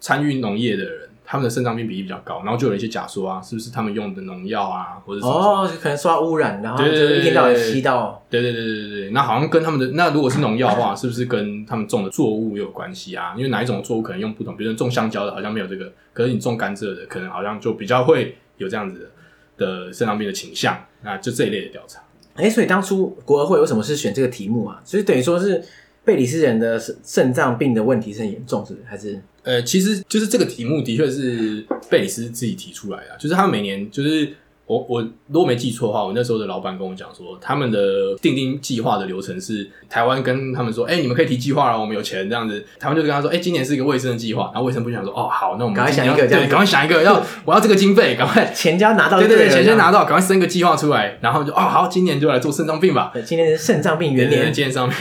Speaker 2: 参与农业的人，他们的肾脏病比例比较高，然后就有一些假说啊，是不是他们用的农药啊，或者什么什么？
Speaker 1: 哦，可能受到污染，然后就
Speaker 2: 对对对
Speaker 1: 一天到晚吸到。
Speaker 2: 对对对对对对，那好像跟他们的那如果是农药的话，是不是跟他们种的作物有关系啊？因为哪一种作物可能用不同，比如说种香蕉的好像没有这个，可是你种甘蔗的可能好像就比较会有这样子的的肾脏病的倾向，那就这一类的调查。
Speaker 1: 哎，所以当初国合会为什么是选这个题目啊？就是等于说是贝里斯人的肾肾脏病的问题是很严重，是不是？还是
Speaker 2: 呃，其实就是这个题目的确是贝里斯自己提出来的啊，就是他们每年就是我我如果没记错的话，我那时候的老板跟我讲说，他们的定定计划的流程是台湾跟他们说，哎、你们可以提计划了，我们有钱这样子，台湾就跟他说，哎、今年是一个卫生的计划，然后卫生部想说，哦，好，那我们
Speaker 1: 赶快
Speaker 2: 今年
Speaker 1: 想一个
Speaker 2: 要
Speaker 1: 这样
Speaker 2: 对，
Speaker 1: 子
Speaker 2: 赶快想一个，要我要这个经费，赶快。
Speaker 1: 钱就要拿到
Speaker 2: 对
Speaker 1: 就
Speaker 2: 对
Speaker 1: 对
Speaker 2: 对，
Speaker 1: 了
Speaker 2: 钱先拿。到，赶快生个计划出来，然后就哦好，今年就来做肾脏病吧，
Speaker 1: 对今天是肾脏病元
Speaker 2: 对对对
Speaker 1: 年，
Speaker 2: 建上面，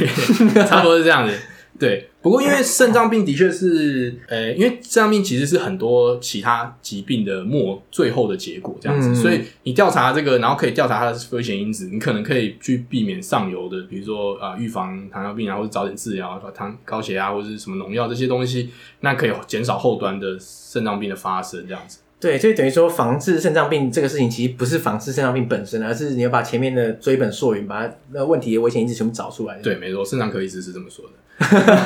Speaker 2: 差不多是这样子。对，不过因为肾脏病的确是，呃，因为肾脏病其实是很多其他疾病的末最后的结果，这样子，
Speaker 1: 嗯
Speaker 2: 所以你调查这个，然后可以调查它的危险因子，你可能可以去避免上游的，比如说啊、呃预防糖尿病啊，或者早点治疗啊，糖高血压或者是什么农药这些东西，那可以减少后端的肾脏病的发生，这样子。
Speaker 1: 对，就等于说防治肾脏病这个事情，其实不是防治肾脏病本身，而是你要把前面的追本溯源，把它那问题的危险因子全部找出来。
Speaker 2: 对，没错，肾脏科医师是这么说的。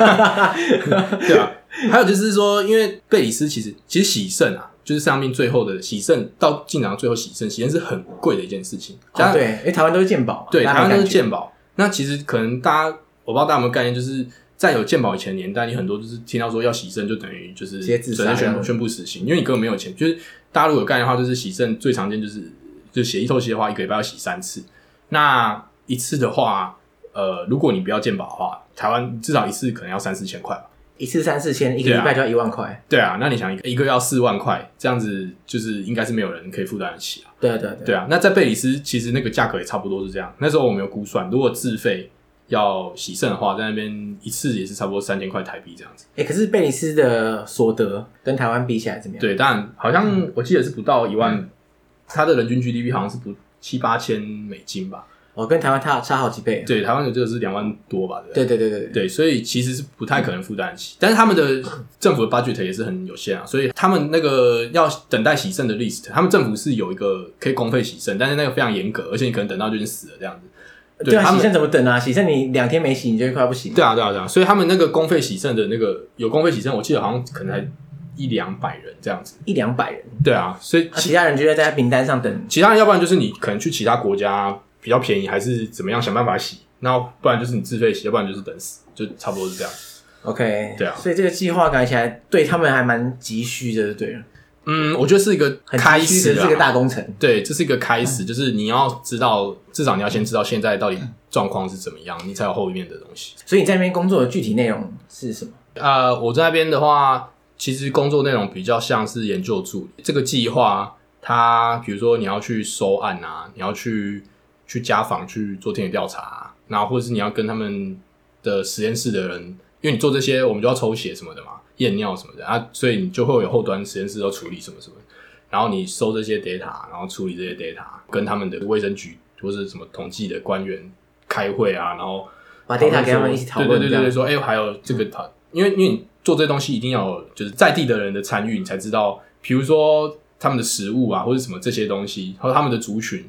Speaker 2: 对啊，还有就是说，因为贝里斯其实其实洗肾啊，就是肾脏病最后的洗肾到进场最后洗肾，洗肾是很贵的一件事情。加
Speaker 1: 哦，
Speaker 2: 上
Speaker 1: 对，因为台湾都是健保嘛，
Speaker 2: 对，
Speaker 1: 大
Speaker 2: 台
Speaker 1: 家没
Speaker 2: 湾都是
Speaker 1: 感觉
Speaker 2: 健保。那其实可能大家，我不知道大家有没有概念，就是在有健保以前的年代，你很多就是听到说要洗肾，就等于就是
Speaker 1: 直接自杀
Speaker 2: 准备
Speaker 1: 这
Speaker 2: 宣
Speaker 1: 样
Speaker 2: 宣布死刑，因为你根本没有钱。就是大家如果有概念的话，就是洗肾最常见就是就血液透析的话，一个礼拜要洗三次。那一次的话，呃，如果你不要健保的话，台湾至少一次可能要三四千块吧。
Speaker 1: 一次三四千，一个
Speaker 2: 对啊
Speaker 1: 礼拜就要一万块。
Speaker 2: 对啊，那你想一个一个要四万块，这样子就是应该是没有人可以负担得起啊。
Speaker 1: 对啊，对啊，对啊。
Speaker 2: 对啊，那在贝里斯其实那个价格也差不多是这样。那时候我们有估算，如果自费要洗肾的话，在那边一次也是差不多三千块台币这样子。
Speaker 1: 哎，可是贝里斯的所得跟台湾比起来怎么样？
Speaker 2: 对，但好像我记得是不到一万，它的人均 GDP 好像是不七八千美金吧？
Speaker 1: 哦，跟台湾差差好几倍。啊
Speaker 2: 对，台湾的这个是两万多吧？对不
Speaker 1: 对对
Speaker 2: 对
Speaker 1: 对对对
Speaker 2: 对，所以其实是不太可能负担得起。但是他们的政府的 budget 也是很有限啊，所以他们那个要等待洗肾的 list，他们政府是有一个可以公费洗肾，但是那个非常严格，而且你可能等到就已经死了这样子。对
Speaker 1: 对啊！
Speaker 2: 他们
Speaker 1: 洗肾怎么等啊？洗肾你两天没洗，你就会快要不行。
Speaker 2: 对啊，对啊，对啊，所以他们那个公费洗肾的那个有公费洗肾，我记得好像可能才一两百人这样子。
Speaker 1: 一两百人，
Speaker 2: 对啊，所以
Speaker 1: 啊
Speaker 2: 其
Speaker 1: 其他人就会在名单上等。
Speaker 2: 其他人要不然就是你可能去其他国家比较便宜，还是怎么样想办法洗，那不然就是你自费洗，要不然就是等死，就差不多是这样。
Speaker 1: OK，
Speaker 2: 对啊
Speaker 1: 所以这个计划改起来对他们还蛮急需的，就对了，
Speaker 2: 嗯，我觉得是一个
Speaker 1: 很
Speaker 2: 开
Speaker 1: 急需
Speaker 2: 始
Speaker 1: 的
Speaker 2: 啊
Speaker 1: 这个大工程。
Speaker 2: 对，这是一个开始，就是你要知道，至少你要先知道现在到底状况是怎么样，你才有后面的东西。
Speaker 1: 所以你在那边工作的具体内容是什么？
Speaker 2: 呃，我在那边的话，其实工作内容比较像是研究助理。这个计划，它比如说你要去收案啊，你要去去家访去做田野调查、啊，然后或者是你要跟他们的实验室的人，因为你做这些，我们就要抽血什么的嘛，验尿什么的啊，所以你就会有后端实验室要处理什么什么的。然后你收这些 data，然后处理这些 data，跟他们的卫生局或是什么统计的官员开会啊，然后
Speaker 1: 把 data 给他们一起讨论，
Speaker 2: 对对
Speaker 1: 这
Speaker 2: 对
Speaker 1: 样嗯
Speaker 2: 对，说哎、还有这个讨，因为因为你做这些东西一定要有就是在地的人的参与，你才知道，比如说他们的食物啊，或者什么这些东西，还有他们的族群，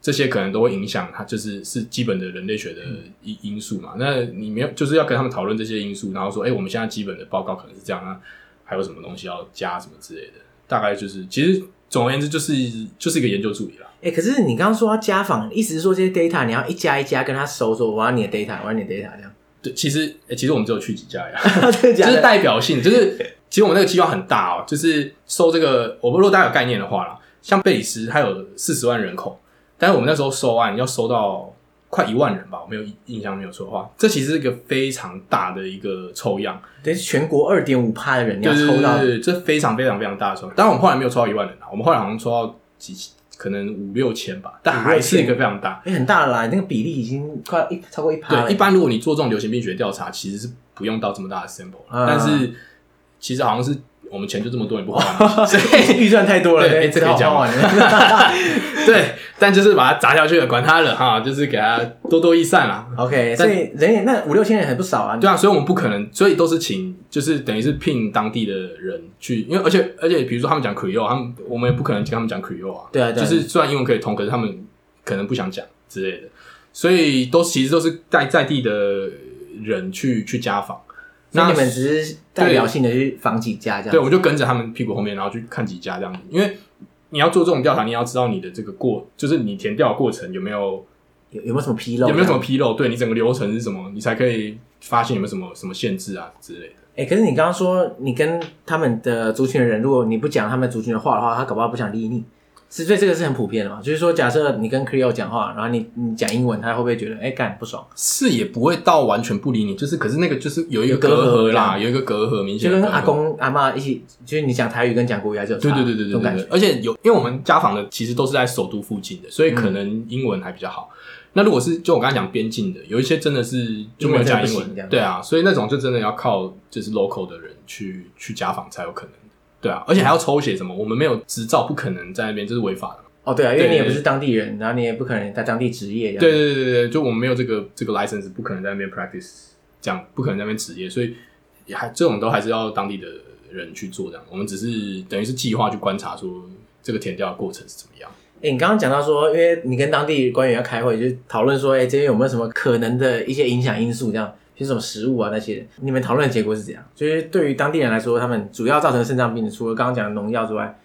Speaker 2: 这些可能都会影响它，就是是基本的人类学的
Speaker 1: 嗯
Speaker 2: 因因素嘛。那你没有就是要跟他们讨论这些因素，然后说，哎、我们现在基本的报告可能是这样，那还有什么东西要加什么之类的，大概就是其实总而言之就是就是一个研究助理啦。
Speaker 1: 哎、可是你刚刚说要家访，意思是说这些 data 你要一家一家跟他收说，我要你的 data，我要你的 data 这样。
Speaker 2: 对，其实、哎其实我们只有去几家呀。
Speaker 1: 真的假
Speaker 2: 就
Speaker 1: 的？
Speaker 2: 是代表性，就是其实我们那个计划很大哦，就是收这个，我不如果大家有概念的话啦，像贝里斯它有四十万人口，但是我们那时候收案要收到快一万人吧，我没有印象没有错的话，这其实是一个非常大的一个抽样，
Speaker 1: 等于是全国二点五趴的人你要抽到
Speaker 2: 对对对对这非常非常非常大的抽，当然我们后来没有抽到一万人啊，我们后来好像抽到几可能五六千吧，但还是一个非常大。
Speaker 1: 哎、很大了啦，那个比例已经快要一超过一趴了。
Speaker 2: 对，一般如果你做这种流行病学调查，其实是不用到这么大的 sample，、
Speaker 1: 啊
Speaker 2: 但是其实好像是我们钱就这么多，你不花完，所以
Speaker 1: 预算太多了，
Speaker 2: 对
Speaker 1: 对，只
Speaker 2: 这可以
Speaker 1: 好
Speaker 2: 讲
Speaker 1: 花
Speaker 2: 吗
Speaker 1: 完了。
Speaker 2: 对，但就是把它砸下去了，管他了哈，就是给他多多益善啦。
Speaker 1: OK，
Speaker 2: 但
Speaker 1: 所以人也那五六千人很不少啊。
Speaker 2: 对啊，所以我们不可能，所以都是请，就是等于是聘当地的人去，因为而且而且，比如说他们讲 Creole，他们我们也不可能跟他们讲 Creole 啊，
Speaker 1: 对啊对
Speaker 2: 就
Speaker 1: 啊
Speaker 2: 是虽然英文可以通，可是他们可能不想讲之类的，所以都其实都是在在地的人去去家访。
Speaker 1: 那你们只是代表性的去访几家这
Speaker 2: 对，
Speaker 1: 样。
Speaker 2: 我们就跟着他们屁股后面，然后去看几家这样子。因为你要做这种调查，你要知道你的这个过，就是你填调的过程有没有
Speaker 1: 有有没有什么纰漏？
Speaker 2: 有没有什么？纰漏？对你整个流程是什么？你才可以发现有没有什么什么限制啊之类的。
Speaker 1: 哎、可是你刚刚说你跟他们的族群的人，如果你不讲他们族群的话的话，他搞不好不想理你。是，所以这个是很普遍的嘛。就是说，假设你跟 Creole 讲话，然后你你讲英文，他会不会觉得哎干、不爽？
Speaker 2: 是也不会到完全不理你，就是可是那个就是有一个
Speaker 1: 有隔
Speaker 2: 隔
Speaker 1: 阂
Speaker 2: 阂啦，
Speaker 1: 这样
Speaker 2: 有一个隔阂，明
Speaker 1: 就
Speaker 2: 显的
Speaker 1: 跟
Speaker 2: 隔阂
Speaker 1: 阿公阿妈一起，就是你讲台语跟讲国语还是有差
Speaker 2: 对对对对
Speaker 1: 这
Speaker 2: 对
Speaker 1: 种
Speaker 2: 对
Speaker 1: 感
Speaker 2: 对
Speaker 1: 觉。，
Speaker 2: 而且有，因为我们家访的其实都是在首都附近的，所以
Speaker 1: 嗯
Speaker 2: 可能英文还比较好。那如果是就我刚才讲边境的，有一些真的是就没有讲
Speaker 1: 英文真的
Speaker 2: 英
Speaker 1: 不
Speaker 2: 文，
Speaker 1: 行这样
Speaker 2: 对啊，所以那种就真的要靠就是 local 的人去去家访才有可能，对啊，而且还要抽血什么，我们没有执照，不可能在那边，这是违法的。
Speaker 1: 哦，对啊，因
Speaker 2: 对
Speaker 1: 为你也
Speaker 2: 对
Speaker 1: 不是当地人，然后你也不可能在当地职业这样。
Speaker 2: 对对对对对，就我们没有这个这个 license，不可能在那边 practice，这样不可能在那边职业，所以也还这种都还是要当地的人去做这样。我们只是等于是计划去观察说这个填调的过程是怎么样。
Speaker 1: 哎、你刚刚讲到说，因为你跟当地官员要开会，就是讨论说，哎、这边有没有什么可能的一些影响因素，这样，就是什么食物啊那些，你们讨论的结果是怎样？就是对于当地人来说，他们主要造成肾脏病，除了刚刚讲的农药之外，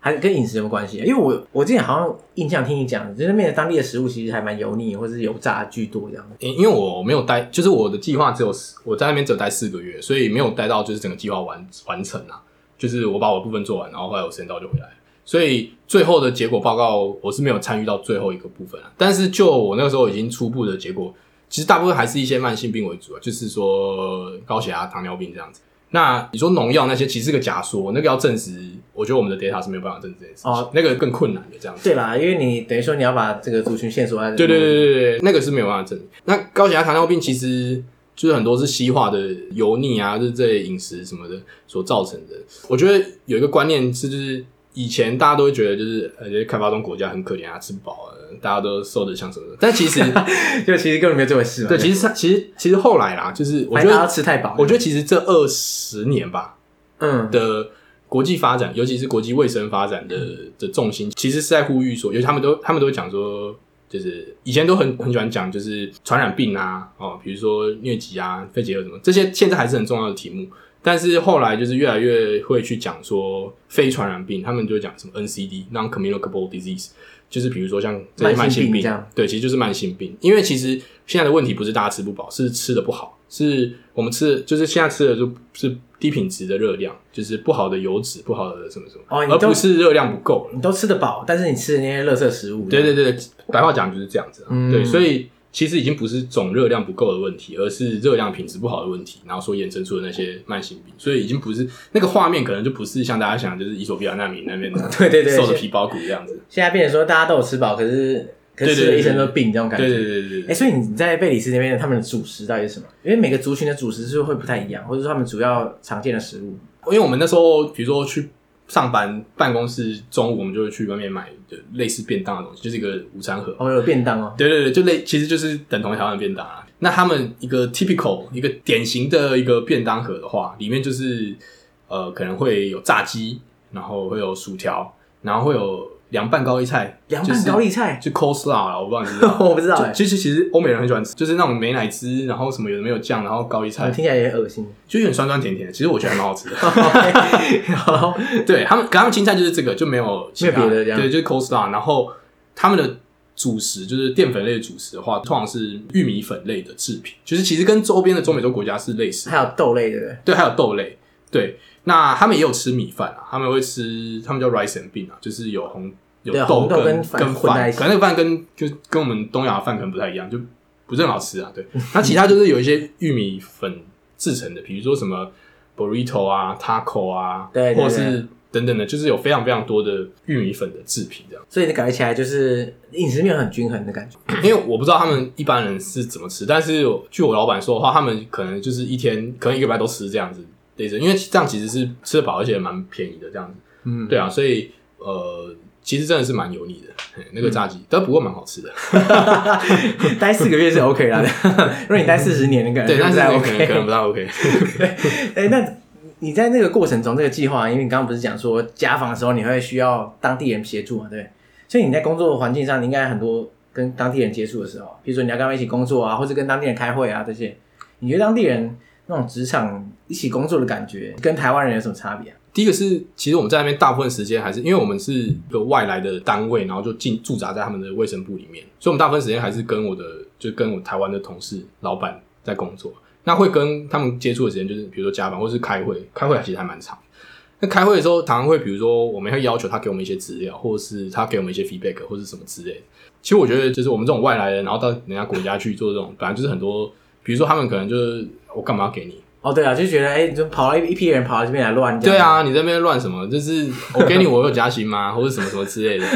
Speaker 1: 还跟饮食有没有关系？因为我我之前好像印象听你讲，就是那边的当地的食物其实还蛮油腻或者是油炸居多这样。
Speaker 2: 因因为我没有待，就是我的计划只有四我在那边只有待四个月，所以没有待到就是整个计划完完成啊。就是我把我的部分做完，然后后来我时间到就回来，所以最后的结果报告我是没有参与到最后一个部分啊。但是就我那个时候已经初步的结果，其实大部分还是一些慢性病为主啊，就是说高血压、糖尿病这样子。那你说农药那些其实是个假说，那个要证实，我觉得我们的 data 是没有办法证实这件事情，
Speaker 1: 哦
Speaker 2: 那个更困难的这样子。
Speaker 1: 对啦，因为你等于说你要把这个族群啊线索在
Speaker 2: 对对对对对，那个是没有办法证明。那高血压、糖尿病其实就是很多是西化的油腻啊，就是这些饮食什么的所造成的。我觉得有一个观念是，就是以前大家都会觉得，就是呃，就是开发中国家很可怜啊，吃不饱啊，大家都瘦的像什么 的。但其实，
Speaker 1: 对，就其实根本没有这回事嘛。
Speaker 2: 对，其实其实其实后来啦，就是我
Speaker 1: 反
Speaker 2: 觉
Speaker 1: 正大家
Speaker 2: 得，
Speaker 1: 吃太饱，
Speaker 2: 我觉得其实这二十年吧，
Speaker 1: 嗯，
Speaker 2: 的国际发展，尤其是国际卫生发展的
Speaker 1: 嗯
Speaker 2: 的重心，其实是在呼吁说，尤其他们都他们都会讲说，就是以前都很很喜欢讲，就是传染病啊，哦，比如说疟疾啊、肺结核什么，这些现在还是很重要的题目。但是后来就是越来越会去讲说非传染病，他们就会讲什么 NCD non-communicable disease，就是比如说像这些慢
Speaker 1: 慢性病
Speaker 2: 性病
Speaker 1: 这样
Speaker 2: 对，其实就是慢性病。因为其实现在的问题不是大家吃不饱，是吃的不好，是我们吃的就是现在吃的就是低品质的热量，就是不好的油脂、不好的什么什么，
Speaker 1: 哦你
Speaker 2: 而
Speaker 1: 都
Speaker 2: 不是热量不够了。
Speaker 1: 你都吃得饱，但是你吃的那些垃圾食物，
Speaker 2: 对对对，白话讲就是这样子、啊。
Speaker 1: 嗯
Speaker 2: 对，所以其实已经不是总热量不够的问题，而是热量品质不好的问题，然后所衍生出的那些慢性病。所以已经不是那个画面，可能就不是像大家想，就是伊索比亚难民那边的
Speaker 1: 对对对
Speaker 2: 瘦的皮包骨这样子。
Speaker 1: 现在变成说大家都有吃饱，可是可是
Speaker 2: 对对
Speaker 1: 吃了一
Speaker 2: 对
Speaker 1: 身都病这种感觉。
Speaker 2: 对对对对
Speaker 1: 哎、
Speaker 2: 对。
Speaker 1: 所以你在贝里斯那边，他们的主食到底是什么？因为每个族群的主食是会不太一样，或者说他们主要常见的食物。
Speaker 2: 因为我们那时候，比如说去上班办公室，中午我们就会去外面买的类似便当的东西，就是一个午餐盒。
Speaker 1: 哦，有便当哦，
Speaker 2: 对对对，就类其实就是等同台湾的便当啊。那他们一个 typical 一个典型的一个便当盒的话，里面就是呃可能会有炸鸡，然后会有薯条，然后会有凉拌高丽菜，
Speaker 1: 凉拌高丽菜，。
Speaker 2: 就是、就 coleslaw 啦，我不知道你知道
Speaker 1: 我不知道哎、
Speaker 2: 就其实其实欧美人很喜欢吃，就是那种美乃滋，然后什么有的没有酱，然后高丽菜，
Speaker 1: 哦听起来有点恶 心。
Speaker 2: 就有点酸酸甜甜的。其实我觉得还蛮 好吃的。
Speaker 1: 然后
Speaker 2: 对他们，可他们青菜就是这个，就没有其他
Speaker 1: 没有别的这样
Speaker 2: 对，就是 coleslaw。然后他们的主食就是淀粉类的主食的话，通常是玉米粉类的制品，就是其实跟周边的中美洲国家是类似的。
Speaker 1: 还有豆类，对不对？
Speaker 2: 对，还有豆类。对，那他们也有吃米饭啊，他们会吃，他们叫 rice and bean 啊，就是有红有
Speaker 1: 对
Speaker 2: 豆
Speaker 1: 红豆
Speaker 2: 跟
Speaker 1: 跟饭混在一起
Speaker 2: 可能那个饭跟就跟我们东亚的饭可能不太一样，就不是很好吃啊。对，那其他就是有一些玉米粉制成的，比如说什么 burrito 啊、taco 啊，
Speaker 1: 对对
Speaker 2: 或者
Speaker 1: 对
Speaker 2: 是等等的，就是有非常非常多的玉米粉的制品这样。
Speaker 1: 所以你感觉起来就是饮食没有很均衡的感觉。
Speaker 2: 因为我不知道他们一般人是怎么吃，但是据我老板说的话，他们可能就是一天，可能一个礼拜都吃这样子，类似，因为这样其实是吃得饱，而且蛮便宜的这样子。
Speaker 1: 嗯，
Speaker 2: 对啊，所以呃，其实真的是蛮油腻的，嘿那个炸鸡，但不过蛮好吃的。
Speaker 1: 待四个月是 OK 啦的。如果你待四十年，你感觉
Speaker 2: 对，但是
Speaker 1: 在
Speaker 2: 可能
Speaker 1: OK。
Speaker 2: 可能不太 OK。
Speaker 1: 哎、那你在那个过程中，这个计划，因为你刚刚不是讲说家访的时候你会需要当地人协助嘛，对不对？所以你在工作环境上，你应该很多跟当地人接触的时候，比如说你要跟他们一起工作啊，或者跟当地人开会啊这些，你觉得当地人那种职场一起工作的感觉，跟台湾人有什么差别啊？
Speaker 2: 第一个是，其实我们在那边大部分时间还是因为我们是一个外来的单位，然后就进驻扎在他们的卫生部里面，所以我们大部分时间还是跟我的就跟我台湾的同事、老板在工作。那会跟他们接触的时间就是，比如说加班或是开会，开会其实还蛮长。那开会的时候，常常会比如说我们会要求他给我们一些资料，或者是他给我们一些 feedback 或是什么之类的。其实我觉得，就是我们这种外来人，然后到人家国家去做这种，本来就是很多，比如说他们可能就是我干嘛要给你，
Speaker 1: 哦，对啊，就觉得哎，就跑了一一批人跑到这边来乱，这
Speaker 2: 对
Speaker 1: 样，
Speaker 2: 啊，你在那边乱什么？就是我给你，我有加薪吗？ 或者什么什么之类的，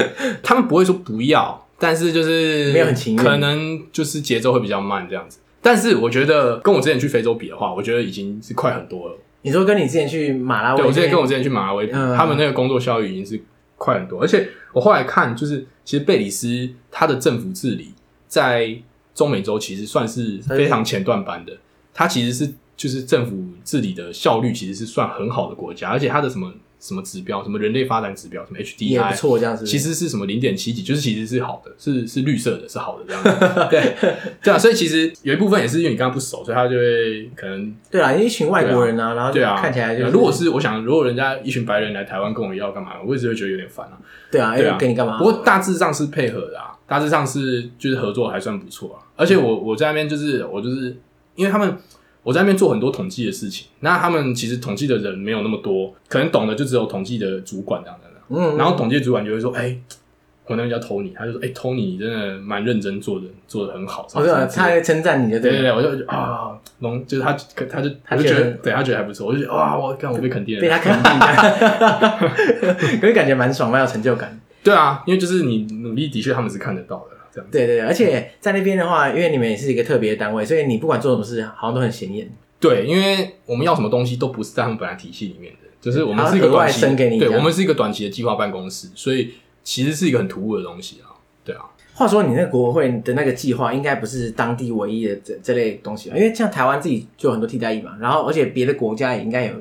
Speaker 2: 他们不会说不要，但是就是
Speaker 1: 没有很情愿
Speaker 2: 可能就是节奏会比较慢这样子。但是我觉得跟我之前去非洲比的话，我觉得已经是快很多了。
Speaker 1: 你说跟你之前去马拉维，
Speaker 2: 对我之前跟我之前去马拉维比，
Speaker 1: 嗯
Speaker 2: 他们那个工作效率已经是快很多，而且我后来看，就是其实贝里斯它的政府治理在中美洲其实算是非常前段班的，它其实是就是政府治理的效率其实是算很好的国家，而且它的什么什么指标，什么人类发展指标，什么
Speaker 1: 也不
Speaker 2: HDI，
Speaker 1: 错，这样子。
Speaker 2: 其实是什么零点七几，就是其实是好的，是是绿色的，是好的这 样子。对对啊，所以其实有一部分也是因为你跟他不熟，所以他就会可能
Speaker 1: 对啊，因为一群外国人啊，然后就
Speaker 2: 对啊，
Speaker 1: 看起来就
Speaker 2: 如果是我想，如果人家一群白人来台湾跟我要干嘛，我也是会觉得有点烦啊。
Speaker 1: 对啊，
Speaker 2: 对啊
Speaker 1: 要跟你干嘛？
Speaker 2: 不过大致上是配合的啊，大致上是就是合作还算不错啊。而且我我在那边就是我就是因为他们我在那边做很多统计的事情，那他们其实统计的人没有那么多，可能懂的就只有统计的主管这样的。啊
Speaker 1: 嗯，
Speaker 2: 然后统计主管就会说：“哎、我那边叫 Tony，他就说：‘哎、t o n y 你真的蛮认真做的，做的很好。’
Speaker 1: 我对啊，他还称赞你的，
Speaker 2: 对对
Speaker 1: 对了，
Speaker 2: 对，我就啊，龙就是他，他就
Speaker 1: 他
Speaker 2: 我就觉
Speaker 1: 觉
Speaker 2: 得
Speaker 1: 得，
Speaker 2: 对他觉得还不错，我就觉得哇，我看我被肯定了，
Speaker 1: 被他肯 定，可是感觉蛮爽，蛮有成就感。
Speaker 2: 对啊，因为就是你努力，的确他们是看得到的，这样子。
Speaker 1: 对对，对而且在那边的话，因为你们也是一个特别的单位，所以你不管做什么事，好像都很显眼。
Speaker 2: 对，因为我们要什么东西都不是在他们本来体系里面的，就是我们
Speaker 1: 他
Speaker 2: 是一个
Speaker 1: 额外
Speaker 2: 短期，
Speaker 1: 生给你
Speaker 2: 对
Speaker 1: 这
Speaker 2: 我
Speaker 1: 样
Speaker 2: 们是一个短期的计划办公室，所以其实是一个很突兀的东西啊。对啊，
Speaker 1: 话说，你那个国会的那个计划，应该不是当地唯一的这这类东西吧？因为像台湾自己就有很多替代役嘛，然后而且别的国家也应该有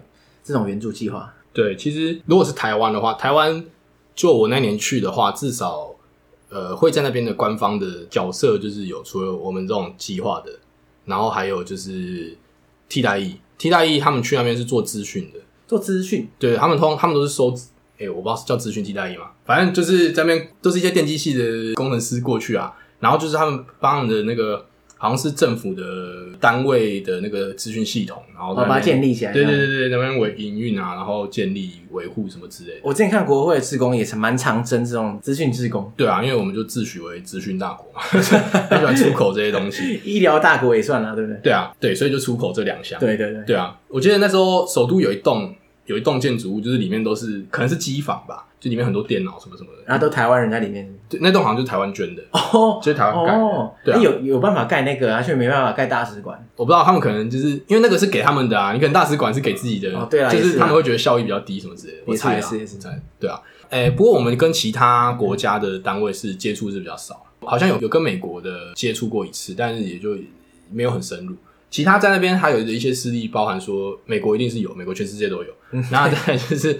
Speaker 1: 这种援助计划。
Speaker 2: 对，其实如果是台湾的话，台湾就我那年去的话，至少呃会在那边的官方的角色就是有除了我们这种计划的，然后还有就是替代役，替代役他们去那边是做资讯的，
Speaker 1: 做资讯，
Speaker 2: 对他们通他们都是收。哎、我不知道是叫资讯替代役嘛，反正就是在那边都是一些电机系的工程师过去啊，然后就是他们帮他们的那个好像是政府的单位的那个资讯系统，然后
Speaker 1: 我
Speaker 2: 在那
Speaker 1: 哦把它建
Speaker 2: 边
Speaker 1: 立起来。
Speaker 2: 对对对对，那边维营运啊，然后建立维护什么之类的。
Speaker 1: 我之前看国会的志工也是蛮常征这种资讯志工，
Speaker 2: 对啊，因为我们就自诩为资讯大国嘛， 很喜欢出口这些东西。
Speaker 1: 医疗大国也算啦，对不对？
Speaker 2: 对啊，对，所以就出口这两项。
Speaker 1: 对对对，
Speaker 2: 对啊，我记得那时候首都有一栋有一栋建筑物，就是里面都是可能是机房吧，就里面很多电脑什么什么的。
Speaker 1: 然后都台湾人在里面。
Speaker 2: 对，那栋好像就是台湾捐的，
Speaker 1: 哦
Speaker 2: 就是台湾盖的。
Speaker 1: 哦，
Speaker 2: 对啊
Speaker 1: 哎，有有办法盖那个啊，却没办法盖大使馆。
Speaker 2: 我不知道他们可能就是因为那个是给他们的啊，你可能大使馆是给自己的，
Speaker 1: 哦对啊
Speaker 2: 就
Speaker 1: 也
Speaker 2: 是
Speaker 1: 是啊
Speaker 2: 他们会觉得效益比较低什么之类的。我
Speaker 1: 也是
Speaker 2: 猜啊
Speaker 1: 也是也是
Speaker 2: 我猜对啊。哎、不过我们跟其他国家的单位是接触是比较少，好像有有跟美国的接触过一次，但是也就没有很深入。其他在那边还有一些事例，包含说美国一定是有，美国全世界 都有。然后再来就是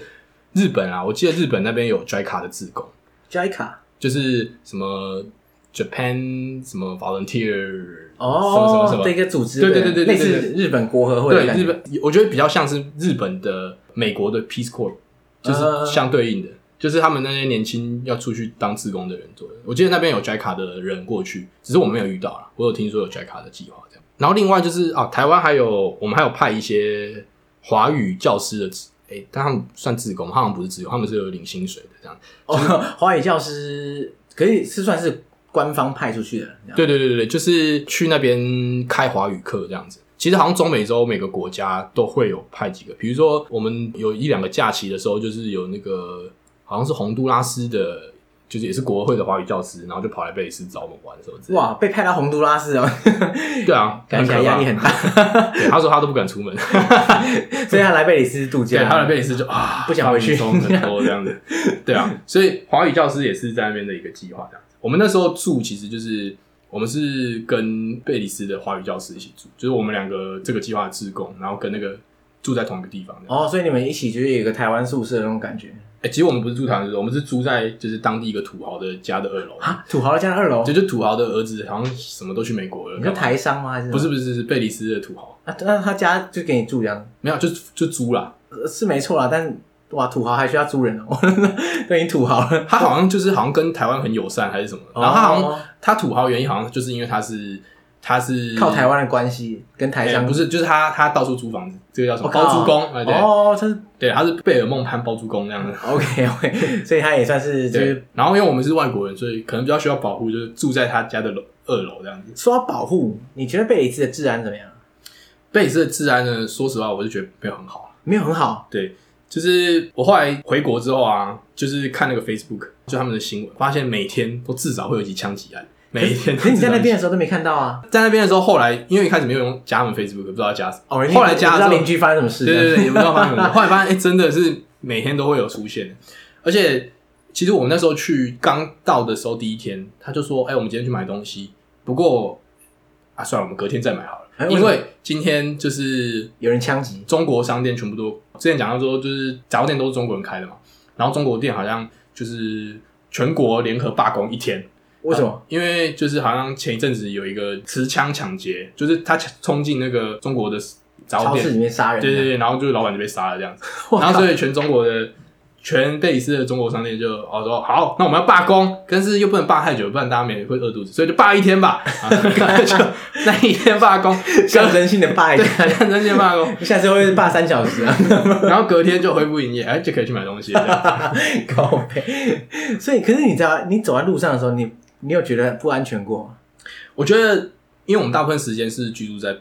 Speaker 2: 日本啊，我记得日本那边有 JICA 的自贡，
Speaker 1: JICA
Speaker 2: 就是什么 Japan 什么 volunteer
Speaker 1: 哦，
Speaker 2: 什么什么什么
Speaker 1: 的一个组织，
Speaker 2: 对对
Speaker 1: 不
Speaker 2: 对对对
Speaker 1: 类似
Speaker 2: 对
Speaker 1: 日本国合会的
Speaker 2: 对
Speaker 1: 感觉
Speaker 2: 日本，我觉得比较像是日本的美国的 Peace Corps，就是
Speaker 1: 呃
Speaker 2: 相对应的，就是他们那些年轻要出去当志工的人做的。我记得那边有 JICA 的人过去，只是我没有遇到啦，我有听说有 JICA 的计划这样。然后另外就是啊，台湾还有我们还有派一些华语教师的职，诶、但他们算志工吗，他们不是志工，他们是有领薪水的这样。
Speaker 1: 哦，华语教师可以是算是官方派出去的，这样
Speaker 2: 对对对对对，就是去那边开华语课这样子。其实好像中美洲每个国家都会有派几个，比如说我们有一两个假期的时候，就是有那个好像是洪都拉斯的，就是也是国会的华语教师，然后就跑来贝里斯找我们玩什么之类的。
Speaker 1: 哇，被派到洪都拉斯哦，
Speaker 2: 对啊，
Speaker 1: 感觉
Speaker 2: 很可怕
Speaker 1: 压力很大，
Speaker 2: 对他说他都不敢出门，
Speaker 1: 所以他来贝里斯度
Speaker 2: 对，
Speaker 1: 假，
Speaker 2: 他来贝里斯就啊
Speaker 1: 不想回去
Speaker 2: 放松很多这 样子。对啊，所以华语教师也是在那边的一个计划这样子。我们那时候住其实就是我们是跟贝里斯的华语教师一起住，就是我们两个这个计划的志工，然后跟那个住在同一个地方这样。
Speaker 1: 哦，所以你们一起就是有一个台湾宿舍的那种感觉
Speaker 2: 哎、其实我们不是住台湾，我们是住在就是当地一个土豪的家的二楼。
Speaker 1: 啊，土豪的家的二楼
Speaker 2: 就，就土豪的儿子好像什么都去美国了，
Speaker 1: 你
Speaker 2: 干
Speaker 1: 说
Speaker 2: 嘛
Speaker 1: 台商吗？还是
Speaker 2: 不是不是是贝里斯的土豪，
Speaker 1: 啊？那他家就给你住这样，
Speaker 2: 没有就就租啦。
Speaker 1: 呃是没错啦，但哇，土豪还需要租人哦， 都已经土豪了，
Speaker 2: 他好像就是好像跟台湾很友善还是什么，
Speaker 1: 哦
Speaker 2: 然后他好像他土豪原因好像就是因为他是他是
Speaker 1: 靠台湾的关系跟台
Speaker 2: 哎
Speaker 1: 商
Speaker 2: 不是，就是他他到处租房子，这个叫什么
Speaker 1: 我靠
Speaker 2: 包租公？哎对
Speaker 1: 哦，他是
Speaker 2: 对，他是贝尔梦潘包租公那样的。
Speaker 1: OK OK，所以 他也算是就
Speaker 2: 对
Speaker 1: 是，
Speaker 2: 然后因为我们是外国人，所以可能比较需要保护，就是住在他家的楼二楼这样子。
Speaker 1: 说到保护，你觉得贝里斯的治安怎么样？
Speaker 2: 贝里斯的治安呢，说实话，我就觉得没有很好。
Speaker 1: 没有很好，
Speaker 2: 对，就是我后来回国之后啊，就是看那个 Facebook，就他们的新闻，发现每天都至少会有一起枪击案，每天都
Speaker 1: 可是你在那
Speaker 2: 至少有一起
Speaker 1: 边的时候都没看到啊。
Speaker 2: 在那边的时候，后来因为一开始没有用加他们 Facebook，不知道加什么，
Speaker 1: 哦，
Speaker 2: 后来加
Speaker 1: 你知
Speaker 2: 了之
Speaker 1: 道
Speaker 2: 后
Speaker 1: 邻居发生什么事？
Speaker 2: 对对对，也不知道发生什么事。后来发现，哎、真的是每天都会有出现的。而且，其实我们那时候去刚到的时候，第一天他就说：“哎、我们今天去买东西，不过啊，算了，我们隔天再买好了。”
Speaker 1: 哎
Speaker 2: 因为今天就是
Speaker 1: 有人枪击，
Speaker 2: 中国商店全部都之前讲到说，就是杂货店都是中国人开的嘛，然后中国店好像就是全国联合罢工一天，
Speaker 1: 为什么？
Speaker 2: 因为就是好像前一阵子有一个持枪抢劫，就是他冲进那个中国的杂货
Speaker 1: 超市里
Speaker 2: 店，
Speaker 1: 面杀人？
Speaker 2: 对 对对，然后就是老板就被杀了这样子，
Speaker 1: 我靠
Speaker 2: 然后所以全中国的全贝里斯的中国商店就哦说好，那我们要罢工，但是又不能罢太久，不然大家每会饿肚子，所以就罢一天吧， 啊、就那一天罢工，
Speaker 1: 象征性的霸一
Speaker 2: 对，
Speaker 1: 下，
Speaker 2: 象征性罢工，
Speaker 1: 下次会霸三小时啊，
Speaker 2: 然后隔天就恢复营业，哎，就可以去买东西了这样。
Speaker 1: 靠背。所以，可是你知道，你走在路上的时候，你你有觉得不安全过吗？
Speaker 2: 我觉得，因为我们大部分时间是居住在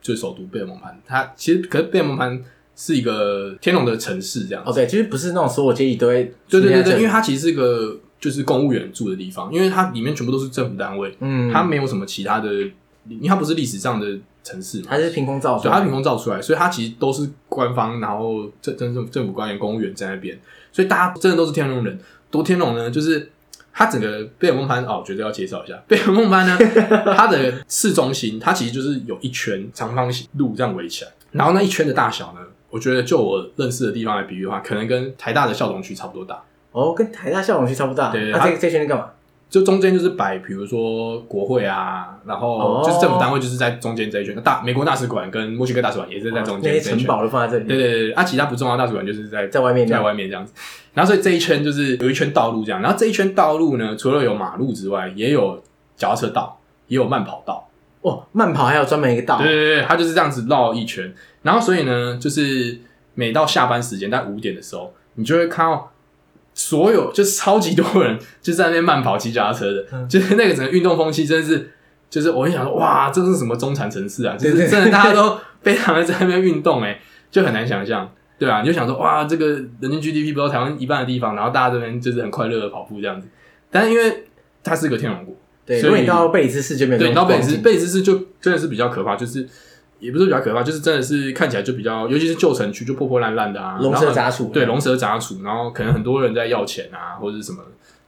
Speaker 2: 就首都贝尔蒙潘，它其实可是贝尔蒙潘是一个天龙的城市这样
Speaker 1: 哦，对，就是不是那种所有阶级都会
Speaker 2: 对对对
Speaker 1: 出现在这
Speaker 2: 对，
Speaker 1: 里
Speaker 2: 因为它其实是一个就是公务员住的地方，因为它里面全部都是政府单位，
Speaker 1: 嗯，
Speaker 2: 它没有什么其他的，因为它不是历史上的城市嘛，
Speaker 1: 它是凭空造出
Speaker 2: 对，
Speaker 1: 来
Speaker 2: 它
Speaker 1: 的，
Speaker 2: 凭空造出来，所以它其实都是官方，然后政政政政府官员、公务员在那边，所以大家真的都是天龙人。多天龙呢，就是它整个贝尔蒙潘哦，我觉得要介绍一下贝尔蒙潘呢，它的市中心，它其实就是有一圈长方形路这样围起来，然后那一圈的大小呢，我觉得就我认识的地方来比喻的话，可能跟台大的校董区差不多大。
Speaker 1: 哦，跟台大校董区差不多大。
Speaker 2: 对对
Speaker 1: 那
Speaker 2: 它
Speaker 1: 这这圈是干嘛？
Speaker 2: 就中间就是摆，比如说国会啊，然后就
Speaker 1: 哦
Speaker 2: 是政府单位就是在中间这一圈，大美国大使馆跟墨西哥大使馆也是在中
Speaker 1: 哦那
Speaker 2: 间
Speaker 1: 些
Speaker 2: 这一圈。
Speaker 1: 城堡都放在这里，
Speaker 2: 对对对，对啊，其他不重要，大主管就是在
Speaker 1: 在外面这
Speaker 2: 在
Speaker 1: 样
Speaker 2: 外面这样子。然后所以这一圈就是有一圈道路这样，然后这一圈道路呢，除了有马路之外，也有脚踏车道，也有慢跑道。
Speaker 1: 哇，慢跑还有专门一个道，
Speaker 2: 对对对，它就是这样子绕一圈。然后所以呢，就是每到下班时间，在五点的时候，你就会看到所有就是超级多人就在那边慢跑、骑脚踏车的，
Speaker 1: 嗯
Speaker 2: 就是那个整个运动风气真的是，就是我很想说，哇，这是什么中产城市啊？
Speaker 1: 对
Speaker 2: 就是
Speaker 1: 对
Speaker 2: 真的大家都非常的在那边运动、欸，就很难想象。对啊，你就想说，哇，这个人均 GDP 不到台湾一半的地方，然后大家这边就是很快乐的跑步这样子。但是因为它是个天龙国，
Speaker 1: 对，
Speaker 2: 所以
Speaker 1: 如果你到贝里斯市就没有这种
Speaker 2: 对，你到贝里
Speaker 1: 光
Speaker 2: 斯，
Speaker 1: 景
Speaker 2: 贝里斯市就真的是比较可怕，就是也不是比较可怕，就是真的是看起来就比较，尤其是旧城区就破破烂烂的啊，
Speaker 1: 龙
Speaker 2: 然
Speaker 1: 蛇
Speaker 2: 后
Speaker 1: 杂处，
Speaker 2: 对龙蛇杂处，然后可能很多人在要钱啊，或者是什么，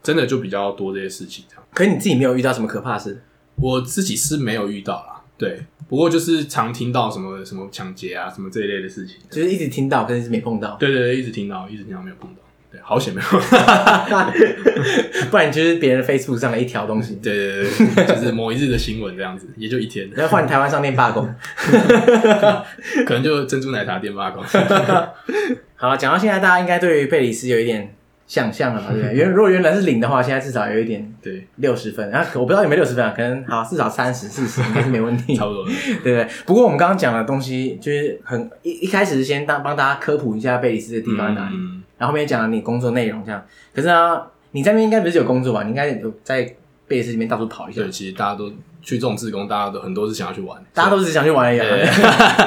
Speaker 2: 真的就比较多这些事情这样。
Speaker 1: 可是你自己没有遇到什么可怕的事，
Speaker 2: 我自己是没有遇到啦，对，不过就是常听到什么什么抢劫啊，什么这一类的事情，
Speaker 1: 就是一直听到，可是没碰 到，
Speaker 2: 对对对，一直听到，一直听到没有碰到，对，好险没有，
Speaker 1: 不然就是别人 Facebook 上的一条东西。
Speaker 2: 对对对对，就是某一日的新闻这样子，也就一天，
Speaker 1: 然后换台湾商店罢工。
Speaker 2: 可能就珍珠奶茶店罢工。
Speaker 1: 好，讲到现在，大家应该对于贝里斯有一点想象了嘛，对不对？原如果原来是零的话，现在至少有一点
Speaker 2: 对，
Speaker 1: 六十分，然后我不知道有没有六十分啊，可能好至少三十、四十应该是没问题，
Speaker 2: 差 不多了。
Speaker 1: 对不对？不过我们刚刚讲的东西就是很一一开始是先当帮大家科普一下贝里斯的地方在哪里，
Speaker 2: 嗯
Speaker 1: 然后后面也讲了你工作内容这样。可是呢，你在那边应该不是有工作吧？你应该有在贝里斯里面到处跑一下
Speaker 2: 对，，其实大家都去这种自工，大家都很多是想要去玩，
Speaker 1: 大家都只想去玩一样，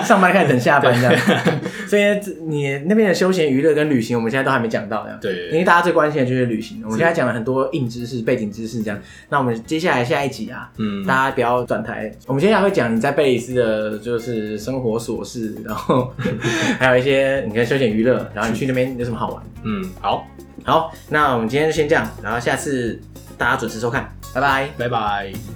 Speaker 1: 上班开始等下班这样。 所以呢这你那边的休闲娱乐跟旅行，我们现在都还没讲到这样。
Speaker 2: 对
Speaker 1: 因为大家最关心的就是旅行，我们现在讲了很多硬知识、背景知识这样。那我们接下来下一集啊，
Speaker 2: 嗯
Speaker 1: 大家不要转台。我们接下来会讲你在贝里斯的，就是生活琐事，然后 还有一些你的休闲娱乐，然后你去那边有什么好玩。
Speaker 2: 嗯，好，
Speaker 1: 好，那我们今天就先这样，然后下次大家准时收看，拜拜。
Speaker 2: 拜拜。